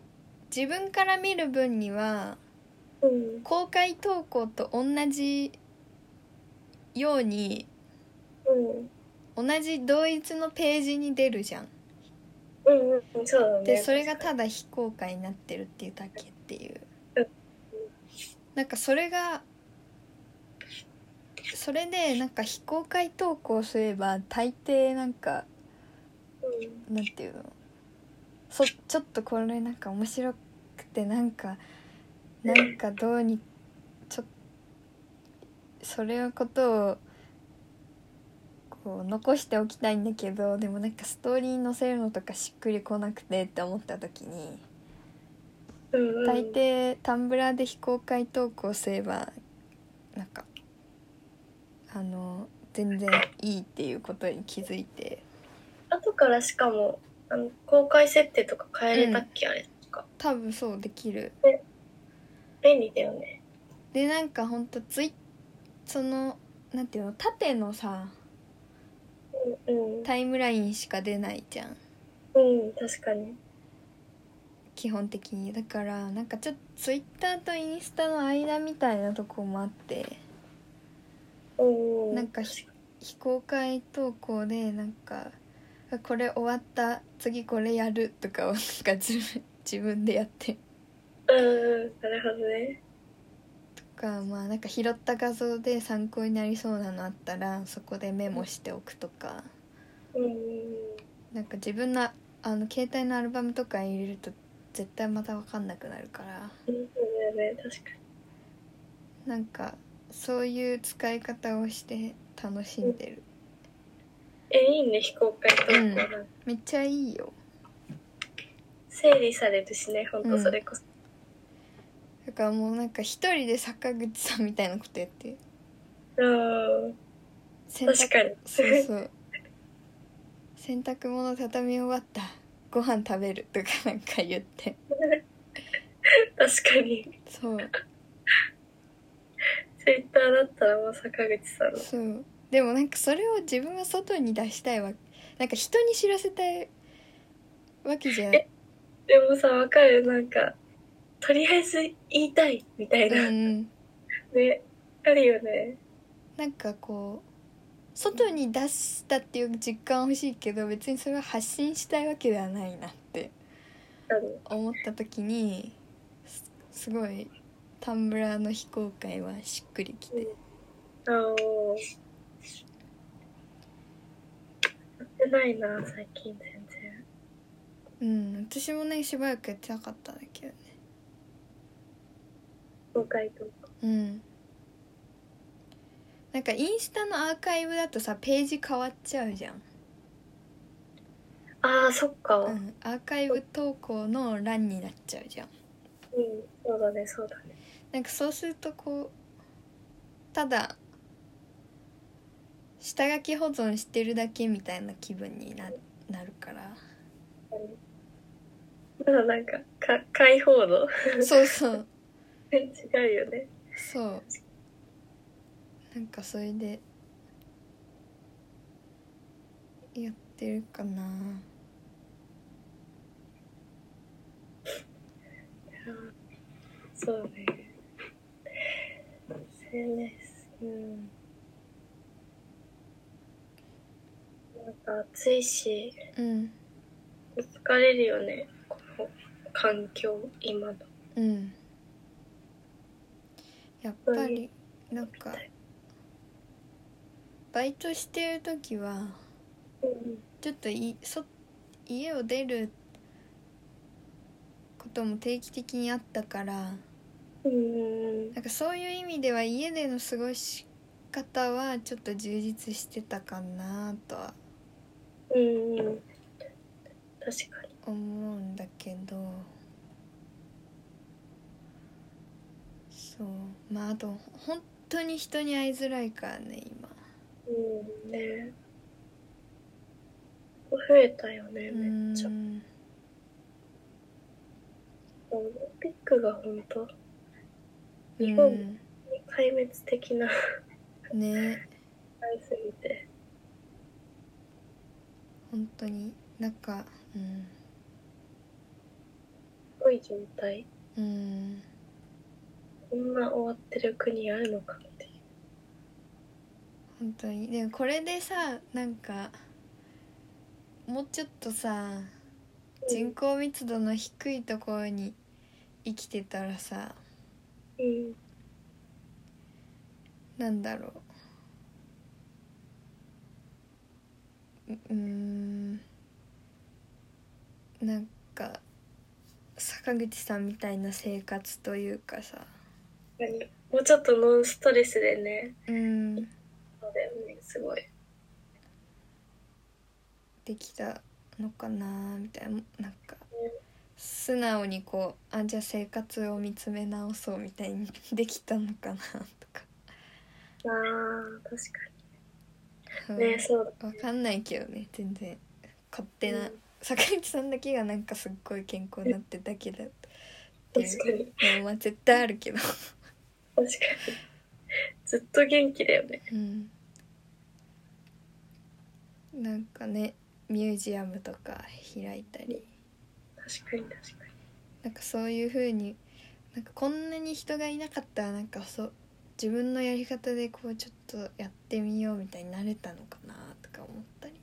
B: 自分から見る分には
A: うん。
B: 公開投稿と同じように
A: うん。
B: 同じ同一のページに出るじゃん
A: うんうん、そうだね。
B: でそれがただ非公開になってるっていうだけっていう
A: うん
B: なんかそれがそれでなんか非公開投稿すれば大抵なんか
A: うん
B: なんていうのそちょっとこれなんか面白くてなんかなんかどうにちょっそれのことをこう残しておきたいんだけどでもなんかストーリーに載せるのとかしっくりこなくてって思った時に
A: うんうん、
B: 大抵タンブラーで非公開投稿すればなんかあの全然いいっていうことに気づいて
A: 後からしかもあの公開設定とか変えれたっけ、あれとか
B: 多分そうできる
A: 便利だよね
B: でなんかほんとツイそのなんていうの縦のさ
A: うんうん、
B: タイムラインしか出ないじゃん
A: うん、確かに
B: 基本的にだからなんかちょっとツイッターとインスタの間みたいなとこもあって
A: うんうん
B: なんかひ非公開投稿でなんかあこれ終わった次これやるとかを なんか自分自分でやって
A: うんうんなるほどね
B: とかまあなんか拾った画像で参考になりそうなのあったらそこでメモしておくとか。
A: うんうん
B: なんか自分のあの携帯のアルバムとかに入れると絶対また分かんなくなるから
A: うんそうだよね確か
B: なんかそういう使い方をして楽しんでる
A: にえいいね非公開投稿
B: うん
A: なんか、
B: めっちゃいいよ
A: 整理されるしねほん
B: う
A: と
B: ん
A: それこそ、
B: だからもうなんか一人で坂口さんみたいなことやって
A: うん、
B: 洗濯
A: 確かに
B: そうそう洗濯物畳み終わったご飯食べるとかなんか言って
A: 確かに
B: そう
A: ツイッターだったらもう坂口さんの
B: そうでもなんかそれを自分が外に出したいわなんか人に知らせたいわけじゃない
A: でもさわかるなんかとりあえず言いたいみたいな、
B: うんうん
A: ねあるよね
B: なんかこう外に出したっていう実感は欲しいけど別にそれは発信したいわけではないなって
A: あの
B: 思った時にすすごいタンブラーの非公開はしっくりきて
A: あのやってないな最近全然
B: うん私もねしばらくやってなかったんだけどね
A: 公開とか
B: うんなんかインスタのアーカイブだとさページ変わっちゃうじゃん、
A: ああそっかう、
B: うんん、アーカイブ投稿の欄になっちゃうじゃん
A: そうだねそうだね
B: なんかそうするとこうただ下書き保存してるだけみたいな気分にななるから
A: まだなんかか解放度
B: そうそう
A: 違うよね
B: そうなんかそれでやってるかな
A: そうね SNS うんなんか暑いし
B: うん
A: 疲れるよねこの環境今の
B: うんやっぱりなんかバイトしてる時は
A: うん
B: ちょっといそ家を出ることも定期的にあったから
A: うん
B: なんかそういう意味では家での過ごし方はちょっと充実してたかなとは
A: うんうん確かに
B: 思うんだけどそうまああと本当に人に会いづらいからね今
A: うんね増えたよね
B: う
A: めっちゃ
B: ん
A: オリンピックが本当
B: う
A: 日本
B: ん
A: 壊滅的な
B: ね
A: ありすぎて
B: 本当になんかうん
A: すごい状態
B: うん
A: こんな終わってる国あるのかっていう
B: 本当にでもこれでさなんかもうちょっとさ人口密度の低いところに生きてたらさ
A: うん
B: なんだろうううーんなんか坂口さんみたいな生活というかさ
A: 何もうちょっとノンストレスでね
B: うん
A: そうだよねすごい
B: できたのかなみたいななんか素直にこうあじゃあ生活を見つめ直そうみたいにできたのかなとか
A: あー確
B: う
A: か
B: ん
A: にねそうだ
B: わかんないけどね全然勝手な、
A: うん
B: 坂口さんだけがなんかすっごい健康になってるだけだってい
A: 確か
B: う
A: に
B: のもまあ絶対あるけど、
A: 確か にずっと元気だよね
B: うん、なんかねミュージアムとか開いたり。
A: 確かに確か
B: なんかそういう風になんかこんなに人がいなかったらなんかそう自分のやり方でこうちょっとやってみようみたいになれたのかなとか思ったりね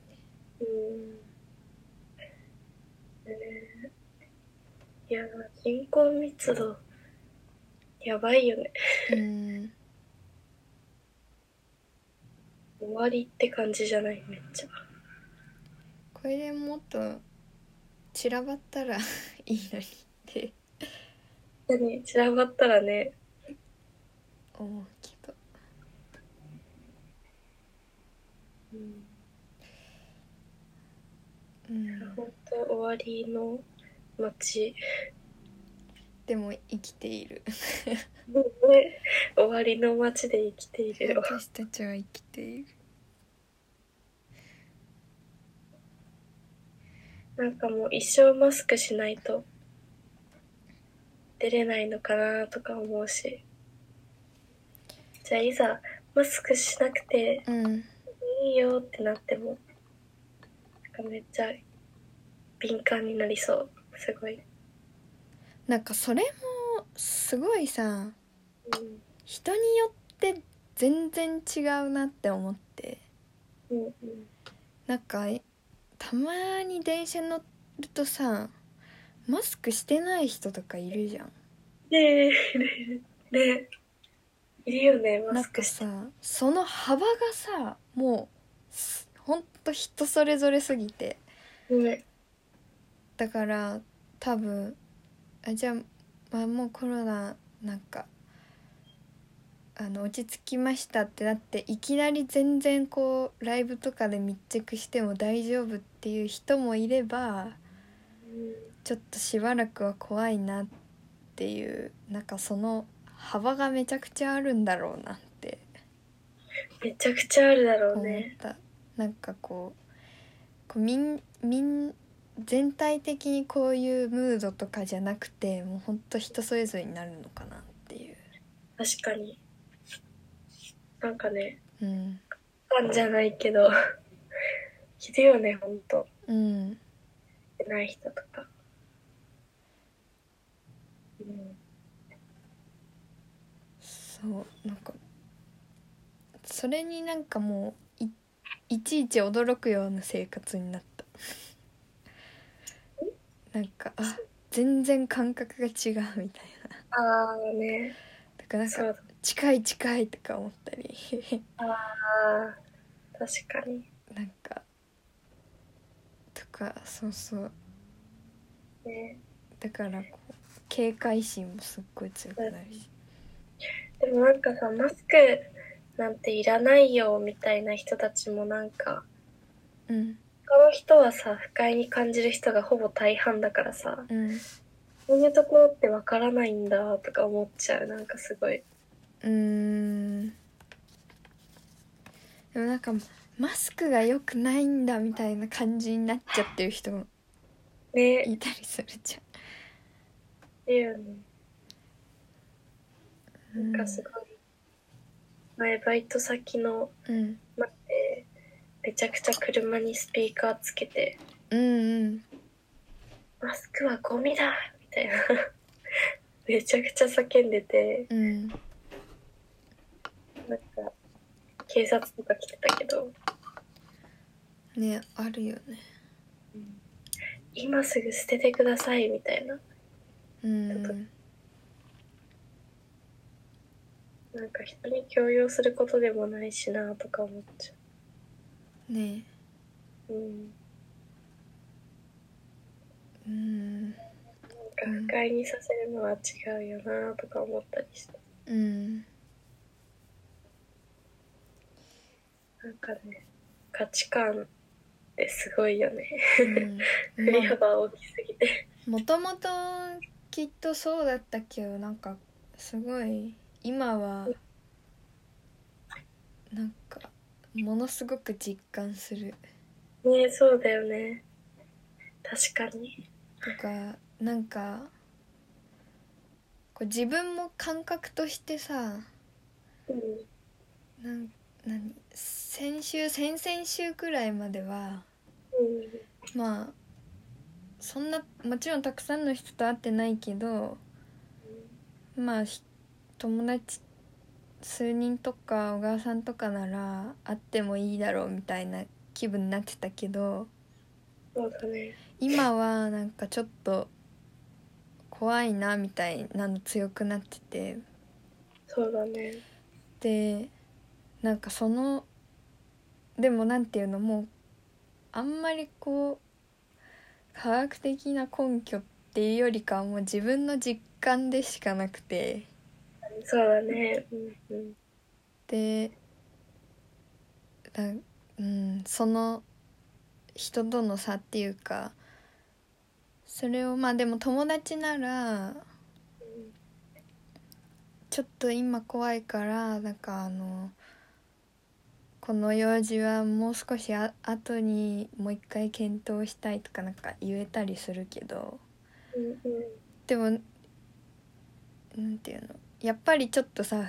A: にうんねえいや人口密度やばいよね
B: うん
A: 終わりって感じじゃないめっちゃ
B: これでもっと散らばったら いいのにって
A: 何散らばったらね
B: 思うけど
A: うん
B: うん
A: 本当終わりの街
B: でも生きてい る
A: ね終わりの街で生きているよ
B: 私たちは生きている
A: なんかもう一生マスクしないと出れないのかなとか思うしじゃあいざマスクしなくて
B: うん
A: いいよってなってもなんかめっちゃ敏感になりそうすごい、
B: なんかそれもすごいさ
A: うん
B: 人によって全然違うなって思って
A: うんうん、
B: なんかたまに電車乗るとさマスクしてない人とかいるじゃん
A: ねえねいるよねマ
B: なん
A: スク
B: か
A: して
B: さその幅がさもうすほんと人それぞれすぎて
A: ね
B: だから多分あじゃあ,、まあもうコロナなんかあの落ち着きましたってなっていきなり全然こうライブとかで密着しても大丈夫っていう人もいれ
A: う
B: ば
A: ん
B: ちょっとしばらくは怖いなっていうなんかその幅がめちゃくちゃあるんだろうなって
A: めちゃくちゃあるだろう
B: 思っ
A: ね
B: た、なんかこうこうみんみん全体的にこういうムードとかじゃなくてもうほんと人それぞれになるのかなっていう
A: 確かになんかね
B: うん
A: ファンじゃないけどいるよねほんと
B: うん
A: ない人とかうん
B: そうなんかそれになんかもういいちいち驚くような生活になったなんかあ全然感覚が違うみたいな
A: ああね
B: だからなん
A: そ
B: か
A: う
B: 近い近いとか思ったり
A: だな確かに
B: なんかとかそうそう
A: ね
B: だからこう警戒心もすっごい強くなるし
A: でもなんかさマスクなんていらないよみたいな人たちもなんか
B: うん
A: 他の人はさ不快に感じる人がほぼ大半だからさ
B: うん
A: そういうところってわからないんだとか思っちゃうなんかすごいう
B: ーんでもなんかマスクが良くないんだみたいな感じになっちゃってる人も
A: ね
B: いたりするじ
A: いるよね
B: ゃん。
A: なんかすごい前バイト先の
B: うん
A: 待ってめちゃくちゃ車にスピーカーつけて
B: うんうん
A: 「マスクはゴミだ!」みたいな めちゃくちゃ叫んでて
B: うん
A: なんか警察とか来てたけど
B: ねあるよね。
A: 「今すぐ捨ててください」みたいな
B: うん
A: なんか人に強要することでもないしなとか思っちゃ
B: ね
A: ううん
B: うん
A: なんか不快にさせるのは違うよなとか思ったりして
B: うん
A: なんかね価値観ってすごいよね
B: うん
A: 振り幅大きすぎて
B: もともときっとそうだったけどなんかすごい今はなんかものすごく実感する
A: ねそうだよね確かに
B: とかなんかこう自分も感覚としてさ
A: うん
B: なん何先週先々週くらいまでは
A: うん
B: まあそんなもちろんたくさんの人と会ってないけどまあひ友達数人とか小川さんとかなら会ってもいいだろうみたいな気分になってたけど
A: そうだね
B: 今はなんかちょっと怖いなみたいなの強くなってて
A: そうだね
B: でなんかそのでもなんていうのもうあんまりこう科学的な根拠っていうよりかはもう自分の実感でしかなくて
A: そうだねうんうん
B: でだ、うん、その人との差っていうかそれをまあでも友達ならちょっと今怖いからなんかあのこの用事はもう少しあ後にもう一回検討したいとかなんか言えたりするけど
A: うんうん
B: でもなんていうのやっぱりちょっとさ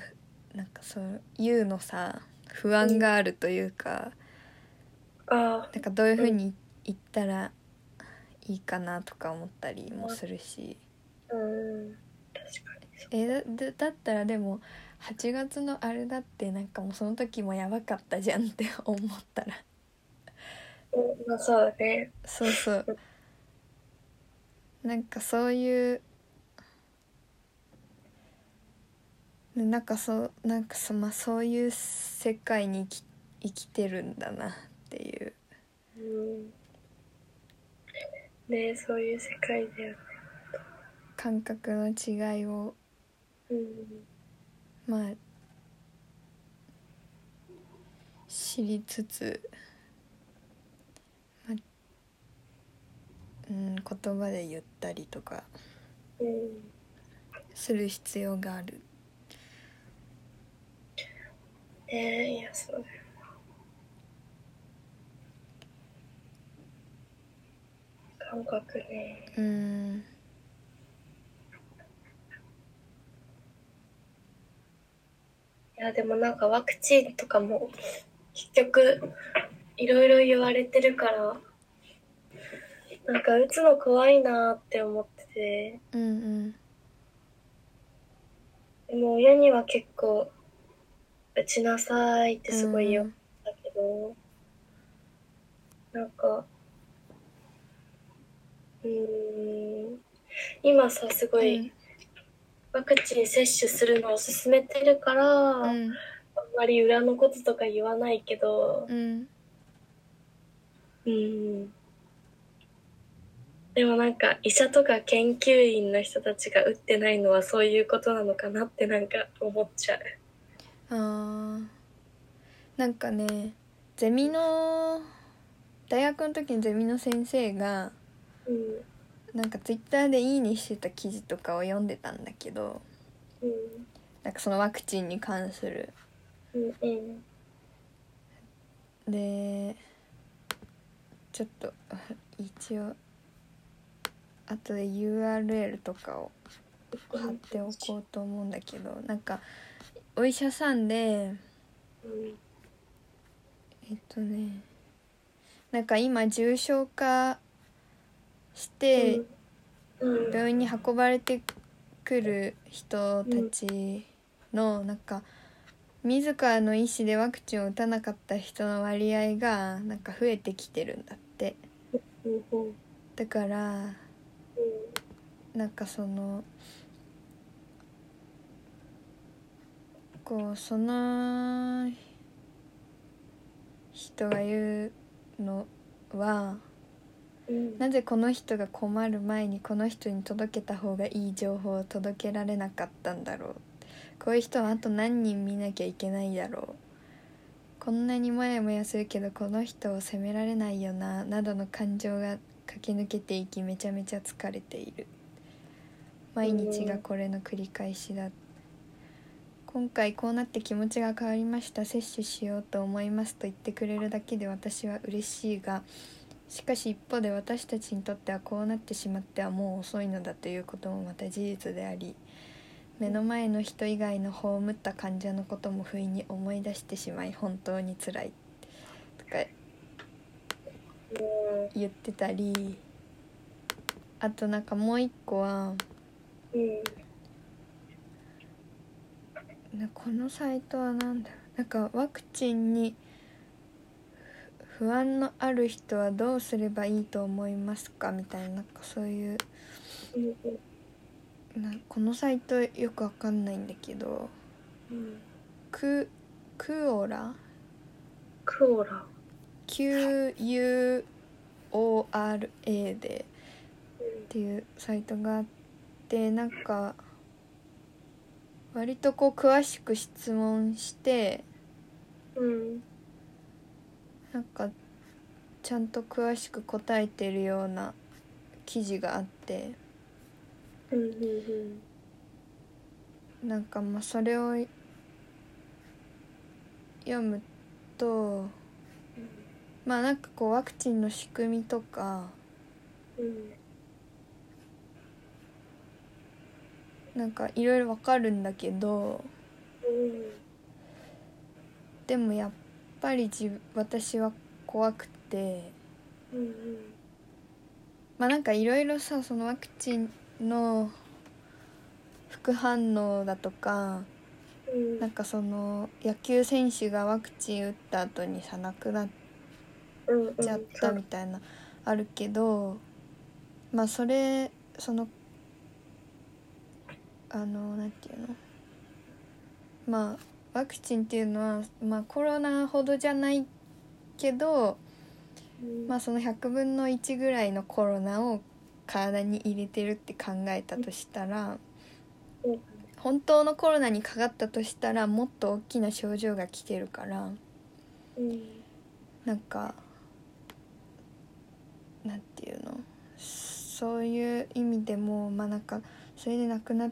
B: なんかそういうのさ不安があるというか、
A: あ
B: なんかどういうふうに言ったらいいかなとか思ったりもするし、
A: あうん確かにそう
B: えだだったらでも8月のあれだってなんかもうその時もやばかったじゃんって思ったら
A: うんまあそうだね
B: そうそうなんかそういうねなんかそうなんかそ,、まあ、そういう世界に生き生きてるんだなっていう
A: うんねえそういう世界だよね
B: 感覚の違いを
A: うん
B: まあ知りつつ、まあうん、言葉で言ったりとか
A: うん
B: する必要がある
A: ねえいやそうだよな感覚ね
B: うん
A: いやでもなんかワクチンとかも結局いろいろ言われてるからなんか打つの怖いなって思ってて
B: うんうん
A: でも親には結構打ちなさいってすごい言わ
B: う
A: れ
B: ん
A: たけど、なんかうーん今さすごいワクチン接種するのを勧めてるから、
B: う
A: あん
B: ん
A: まり裏のこととか言わないけど
B: うん
A: うんでもなんか医者とか研究員の人たちが打ってないのはそういうことなのかなってなんか思っちゃう。
B: あーなんかねゼミの大学の時にゼミの先生が
A: うん
B: なんかツイッターで「いいね」してた記事とかを読んでたんだけど
A: うん
B: なんかそのワクチンに関する
A: うんうん
B: でちょっと 一応後で URL とかを貼っておこうと思うんだけどなんかお医者さんで
A: うん
B: えっとねなんか今重症化して
A: うん
B: 病院に運ばれてくる人たちのなんか自らの意思でワクチンを打たなかった人の割合がなんか増えてきてるんだって
A: うんうん
B: だからなんかそのこうその人が言うのは
A: うん
B: なぜこの人が困る前にこの人に届けた方がいい情報を届けられなかったんだろうこういう人はあと何人見なきゃいけないだろうこんなにモヤモヤするけどこの人を責められないよななどの感情が駆け抜けていきめちゃめちゃ疲れている毎日がこれの繰り返しだ今回こうなって気持ちが変わりました接種しようと思いますと言ってくれるだけで私は嬉しいがしかし一方で私たちにとってはこうなってしまってはもう遅いのだということもまた事実であり目の前の人以外の葬った患者のことも不意に思い出してしまい本当につらいとか言ってたりあとなんかもう一個は
A: うん
B: なこのサイトは何だろうなんかワクチンにふ不安のある人はどうすればいいと思いますかみたいななんかそういう
A: うん
B: なこのサイトよくわかんないんだけど
A: うん
B: ククオラ
A: クオラ
B: QUORA でっていうサイトがあってなんか割とこう詳しく質問して
A: うん
B: なんかちゃんと詳しく答えてるような記事があって
A: うんうん
B: なんかまあそれを読むとまあなんかこうワクチンの仕組みとか
A: うん
B: なんかいろいろわかるんだけど
A: うん
B: でもやっぱり自分私は怖くて
A: うん
B: まあなんかいろいろさそのワクチンの副反応だとか
A: うん
B: なんかその野球選手がワクチン打った後にさ亡くなっ
A: うんうん
B: ちゃったみたいなあるけどまあそれそのあのなんていうのまあワクチンっていうのは、まあ、コロナほどじゃないけど、
A: うん
B: まあ、その100分の1ぐらいのコロナを体に入れてるって考えたとしたら
A: うん
B: 本当のコロナにかかったとしたらもっと大きな症状が来てるから。
A: うん
B: なんかなんていうのそういう意味でもまあなんかそれでなくなっ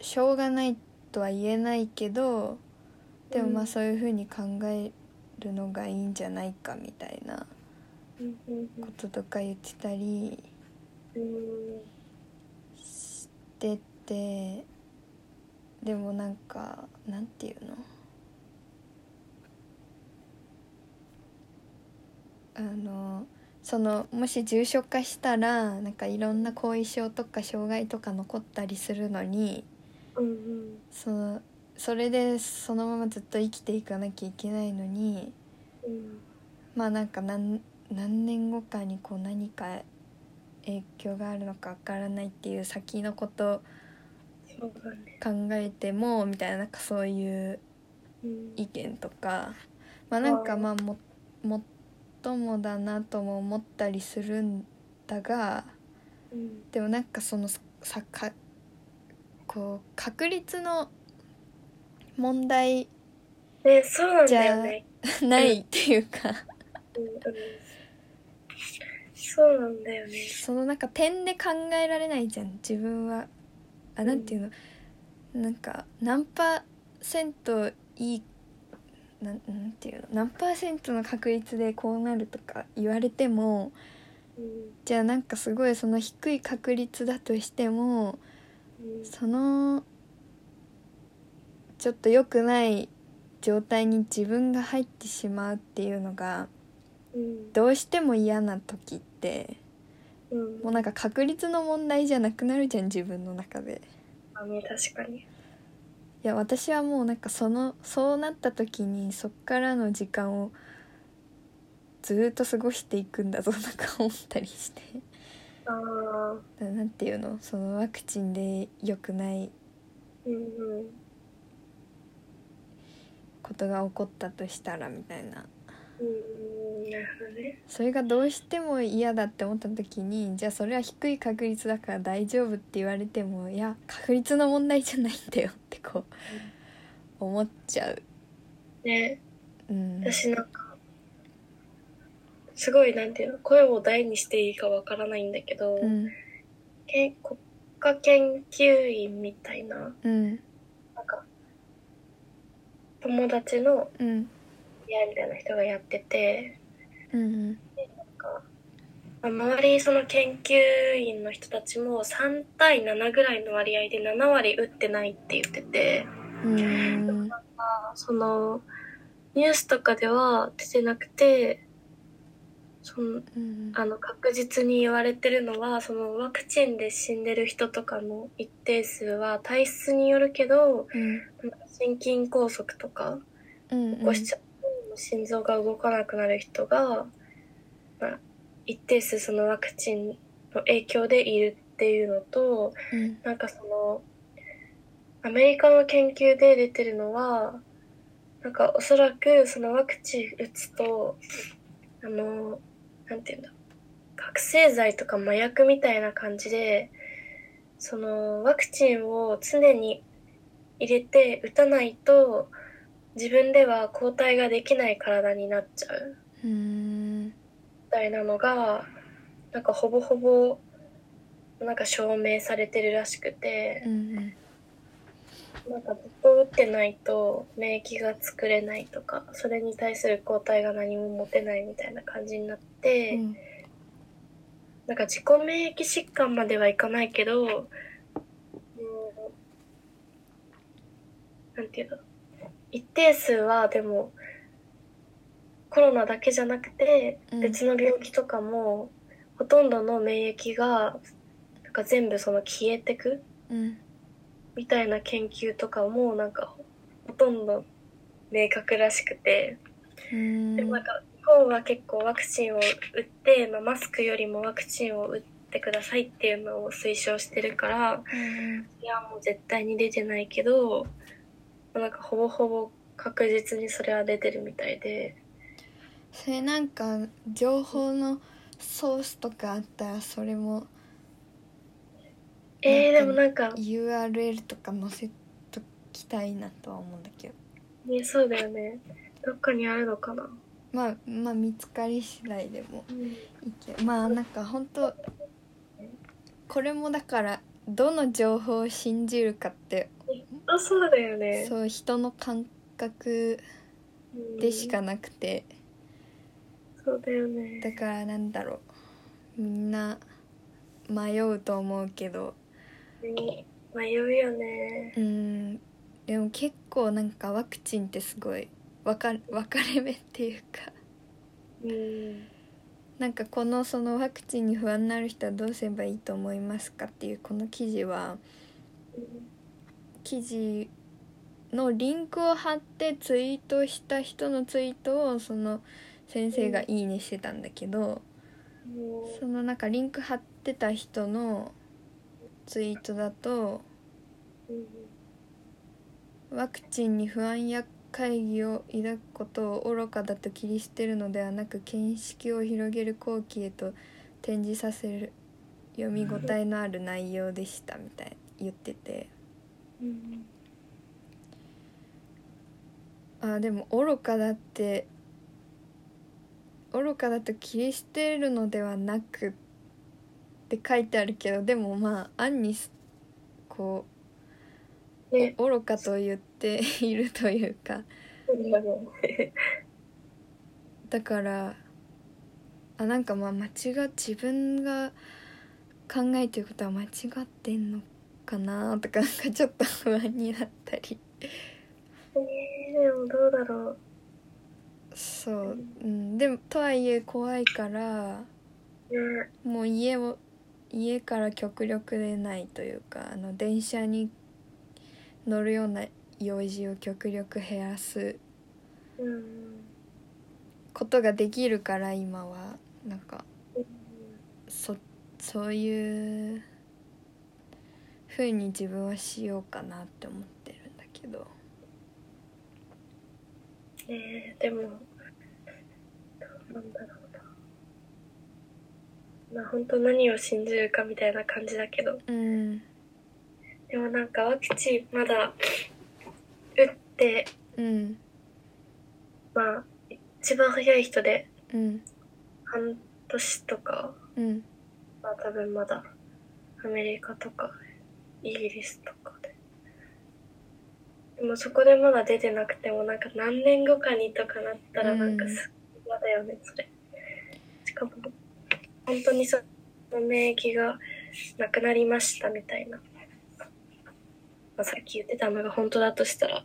B: しょうがないとは言えないけどでもま
A: う
B: あ
A: ん
B: そういうふうに考えるのがいいんじゃないかみたいな
A: うんうん
B: こととか言ってたり
A: うん
B: しててでもなんかなんていうのあのそのもし重症化したらなんかいろんな後遺症とか障害とか残ったりするのに
A: うん
B: そのそれでそのままずっと生きていかなきゃいけないのに
A: うん
B: まあなんか何何年後かにこう何か影響があるのかわからないっていう先のこと
A: そうだね
B: 考えてもみたいななんかそういう
A: うん
B: 意見とかまあなんか
A: はい
B: まあももっともだなとも思ったりするんだが
A: うん
B: でもなんかそのささかこう確率の問題
A: ねそうなんだよね
B: ないっていうか
A: うんうんそうなんだよね
B: そのなんか点で考えられないじゃん自分はあなんていうの、なんか何パーセントいいなんなんていうの何パーセントの確率でこうなるとか言われても
A: うん
B: じゃあなんかすごいその低い確率だとしても
A: うん
B: そのちょっと良くない状態に自分が入ってしまうっていうのが
A: うん
B: どうしても嫌な時って
A: うん
B: もうなんか確率の問題じゃなくなるじゃん自分の中で
A: あね確かに
B: いや私はもうなんかそのそうなった時にそっからの時間をずーっと過ごしていくんだぞなんか思ったりして
A: ああ
B: ななんていうのそのワクチンで良くない
A: うんうん
B: ことが起こったとしたらみたいな
A: うんうんなるほどね
B: それがどうしても嫌だって思った時にじゃあそれは低い確率だから大丈夫って言われてもいや確率の問題じゃないんだよってこう思っちゃう。
A: ね
B: うん、
A: 私なんかすごいなんていうの声を大にしていいかわからないんだけど、
B: うん
A: けん国家研究員みたいな
B: うん
A: なんか友達の
B: うん
A: 親みたいな人がやってて
B: うん
A: なんかまあ周りその研究員の人たちも3対7ぐらいの割合で7割打ってないって言ってて
B: うん
A: そのニュースとかでは出てなくてその
B: うん
A: あの確実に言われてるのはそのワクチンで死んでる人とかの一定数は体質によるけど
B: うん
A: なんか心筋梗塞とか
B: うん
A: 起こしちゃって、心臓が動かなくなる人が、まあ、一定数そのワクチンの影響でいるっていうのと
B: うん
A: なんかそのアメリカの研究で出てるのはなんかおそらくそのワクチン打つとあのなんていうんだ覚醒剤とか麻薬みたいな感じでそのワクチンを常に入れて打たないと自分では抗体ができない体になっちゃう
B: うん
A: みたいなのがなんかほぼほぼなんか証明されてるらしくて。
B: うん
A: なんかずっと打ってないと免疫が作れないとかそれに対する抗体が何も持てないみたいな感じになって、
B: うん
A: なんか自己免疫疾患まではいかないけど、うん、なんていうの一定数はでもコロナだけじゃなくて
B: うん
A: 別の病気とかも、ほとんどの免疫がなんか全部その消えてく
B: うん
A: みたいな研究とかもなんかほとんど明確らしくて、
B: うん
A: でもなんか日本は結構ワクチンを打って、まあ、マスクよりもワクチンを打ってくださいっていうのを推奨してるから
B: うん
A: いやもう絶対に出てないけどまあなんかほぼほぼ確実にそれは出てるみたいで
B: それなんか情報のソースとかあったらそれも
A: えー、で
B: な
A: も
B: ん
A: な
B: か
A: んか、
B: URL とか載せときたいなとは思うんだけど
A: ね、そうだよねどっかにあるのかな、
B: まあまあ見つかり次第でもいいけどまあなんか本当これもだからどの情報を信じるかって
A: あそうだよね
B: そう人の感覚
A: うん
B: でしかなくて
A: そうだよね
B: だからなんだろうみんな迷うと思うけど
A: ね迷うよね
B: うんでも結構なんかワクチンってすごい分か分かれ目っていうか
A: うん
B: なんかこのそのワクチンに不安になる人はどうすればいいと思いますかっていうこの記事は記事のリンクを貼ってツイートした人のツイートをその先生が「いいね」してたんだけどそのなんかリンク貼ってた人のツイートだとワクチンに不安や会議を抱くことを愚かだと切り捨てるのではなく見識を広げる後期へと展示させる読み応えのある内容でしたみたい言ってて
A: うん
B: あーでも愚かだって愚かだと切り捨てるのではなくって書いてあるけどでもまあ案にすこう
A: ね
B: 愚かと言って いるというか
A: そうだよね
B: だからあなんかまあ間違っ自分が考えてることは間違ってんのかなとかなんかちょっと 不安になったり
A: ねでもどうだろう
B: そう、うん、でもとはいえ怖いから
A: ね
B: もう家を家から極力出ないというかあの電車に乗るような用事を極力減らす
A: うん
B: ことができるから今はなんか
A: うん
B: そそういう風に自分はしようかなって思ってるんだけど
A: ねでもどうなんだろうなまあ本当何を信じるかみたいな感じだけど
B: うん
A: でもなんかワクチンまだ打って
B: うん
A: まあ一番早い人で
B: うん
A: 半年とか
B: うん
A: まあ多分まだアメリカとかイギリスとかででもそこでまだ出てなくてもなんか何年後かにとかなったら
B: うん
A: なんかすっごい嫌だよねそれしかも本当にその免疫がなくなりましたみたいな、まあ、さっき言ってたのが本当だとしたら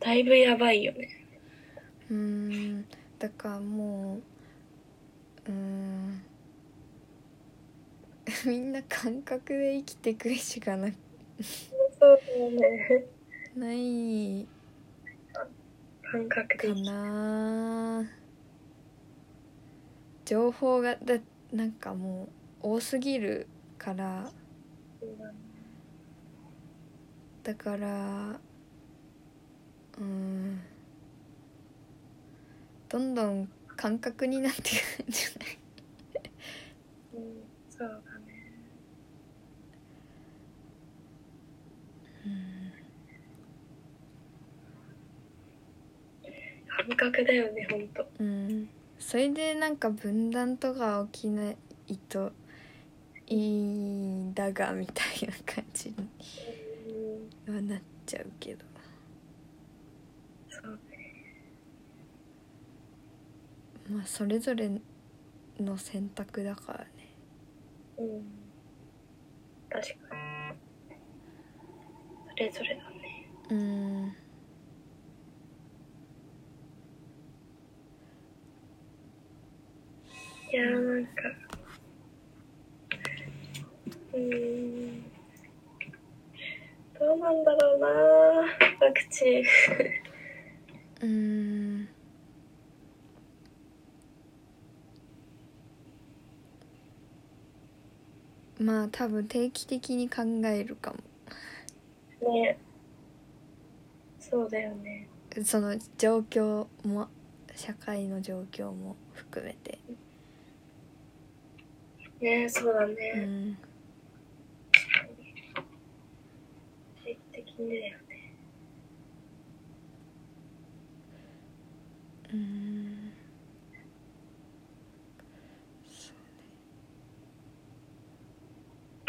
A: だいぶやばいよね
B: うんだからもううんみんな感覚で生きてくしかな
A: そうだよね
B: ない
A: 感覚
B: か
A: 的に
B: な情報がだなんかもう多すぎるからだからうんどんどん感覚になってくるんじゃない
A: うんそうだね感覚だよね本当
B: うんそれでなんか分断とか起きないといいんだがみたいな感じにはなっちゃうけど
A: そう
B: まあそれぞれの選択だからね
A: うん確かにそれぞれだね
B: うん
A: いやーなんかうんどうなんだろうなワクチン
B: うんまあ多分定期的に考えるかも
A: ねそうだよね
B: その状況も社会の状況も含めて、
A: ねそうだ
B: う
A: ね、
B: ん、
A: 定期的にだよね
B: うんそ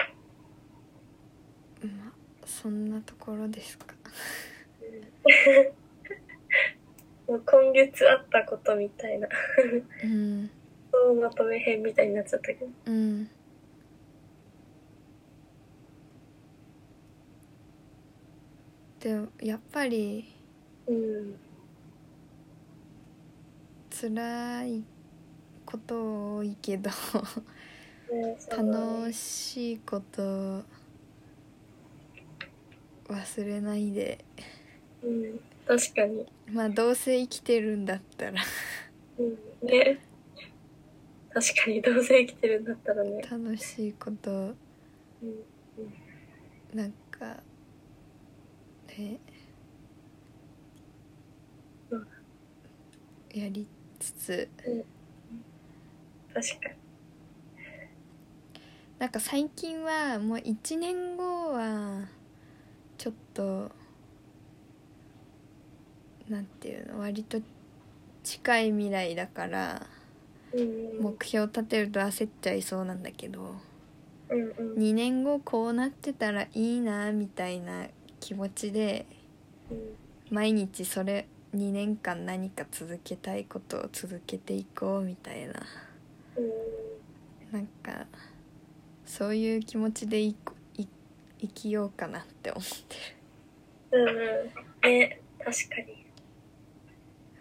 B: うねまあそんなところですか
A: もう今月あったことみたいな
B: うん
A: そうまとめ編みたいになっちゃったけど
B: うんでもやっぱり
A: うん
B: 辛いこと多いけ ど
A: ねそうだね
B: 楽しいこと忘れないで
A: うん確かに
B: まあどうせ生きてるんだったら
A: うんね確かにどうせ生きてるんだったらね、
B: 楽しいこと
A: うん、
B: なんかね
A: うん
B: やりつつ
A: 確か
B: なんか最近はもう1年後はちょっとなんていうの割と近い未来だから
A: にうん
B: 目標立てると焦っちゃいそうなんだけど
A: うんうん
B: 2年後こうなってたらいいなみたいな気持ちで
A: うん
B: 毎日それ2年間何か続けたいことを続けていこうみたいな
A: う
B: なんかそういう気持ちでいこい生きようかなって思って
A: んうんね確かに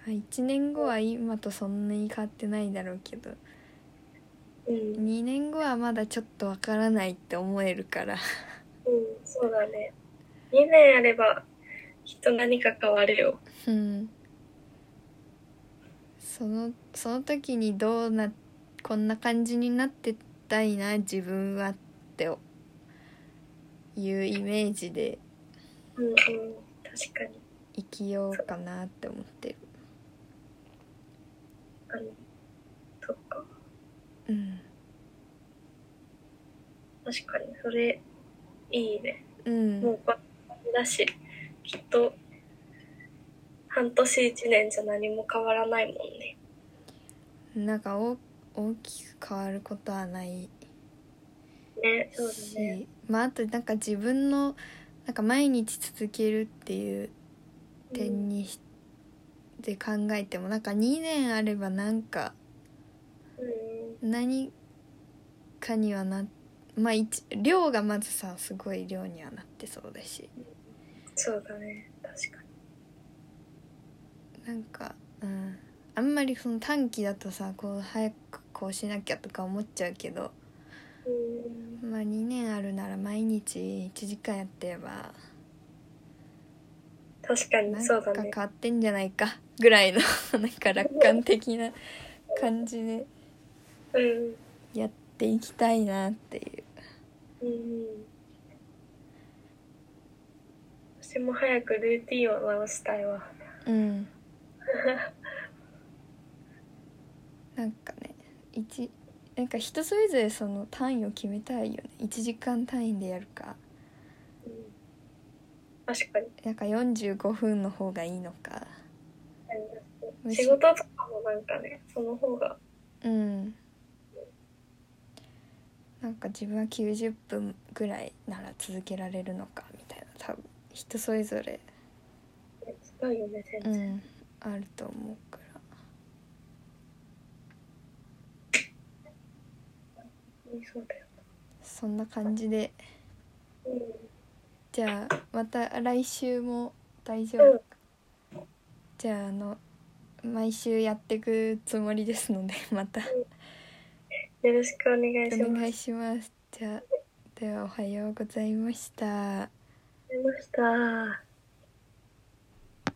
B: る1年後は今とそんなに変わってないだろうけど
A: うん
B: 2年後はまだちょっとわからないって思えるから
A: うんそうだね2年あればきっと何か変わるよ
B: うんそのその時にどうなこんな感じになってたいな自分はっていうイメージで
A: うんうん確かに
B: 生きようかなって思ってる
A: あのそっか
B: うん
A: 確かにそれいいね
B: うん
A: もうこれだしきっと半年1年じゃ何も変わらないもんね
B: なんか大大きく変わることはない
A: ねそう
B: し、
A: だね
B: まああとなんか自分のなんか毎日続けるっていう点にし、で考えてもなんか2年あればなんか
A: うん
B: 何かにはなまあ一量がまずさすごい量にはなってそうだし
A: そうだね確か
B: なんかうんあんまりその短期だとさこう早くこうしなきゃとか思っちゃうけど
A: にうん
B: まあ2年あるなら毎日1時間やってれば
A: 確かに
B: なん
A: そう
B: か
A: だ
B: 変
A: ね
B: わってんじゃないか ぐらいのなんか楽観的な感じで
A: うん
B: やっていきたいなっていう
A: うん私も早くルーティンを直したいわ
B: うん なんかね一なんか人それぞれその単位を決めたいよね1時間単位でやるか
A: うん確かに
B: なんか45分の方がいいのかむし
A: 仕事とかもなんかねその方が
B: うんなんか自分は90分ぐらいなら続けられるのかみたいな多分人それぞれ
A: 違うよね全
B: う
A: 然、
B: んあると思うから
A: そうだよ、
B: そんな感じで
A: う
B: じゃあまた来週も大丈
A: うん
B: 夫じゃああの毎週やってくつもりですのでまた
A: ん、よろしくお願いします
B: お願いしますじゃあではおはようございました
A: ありがとうございました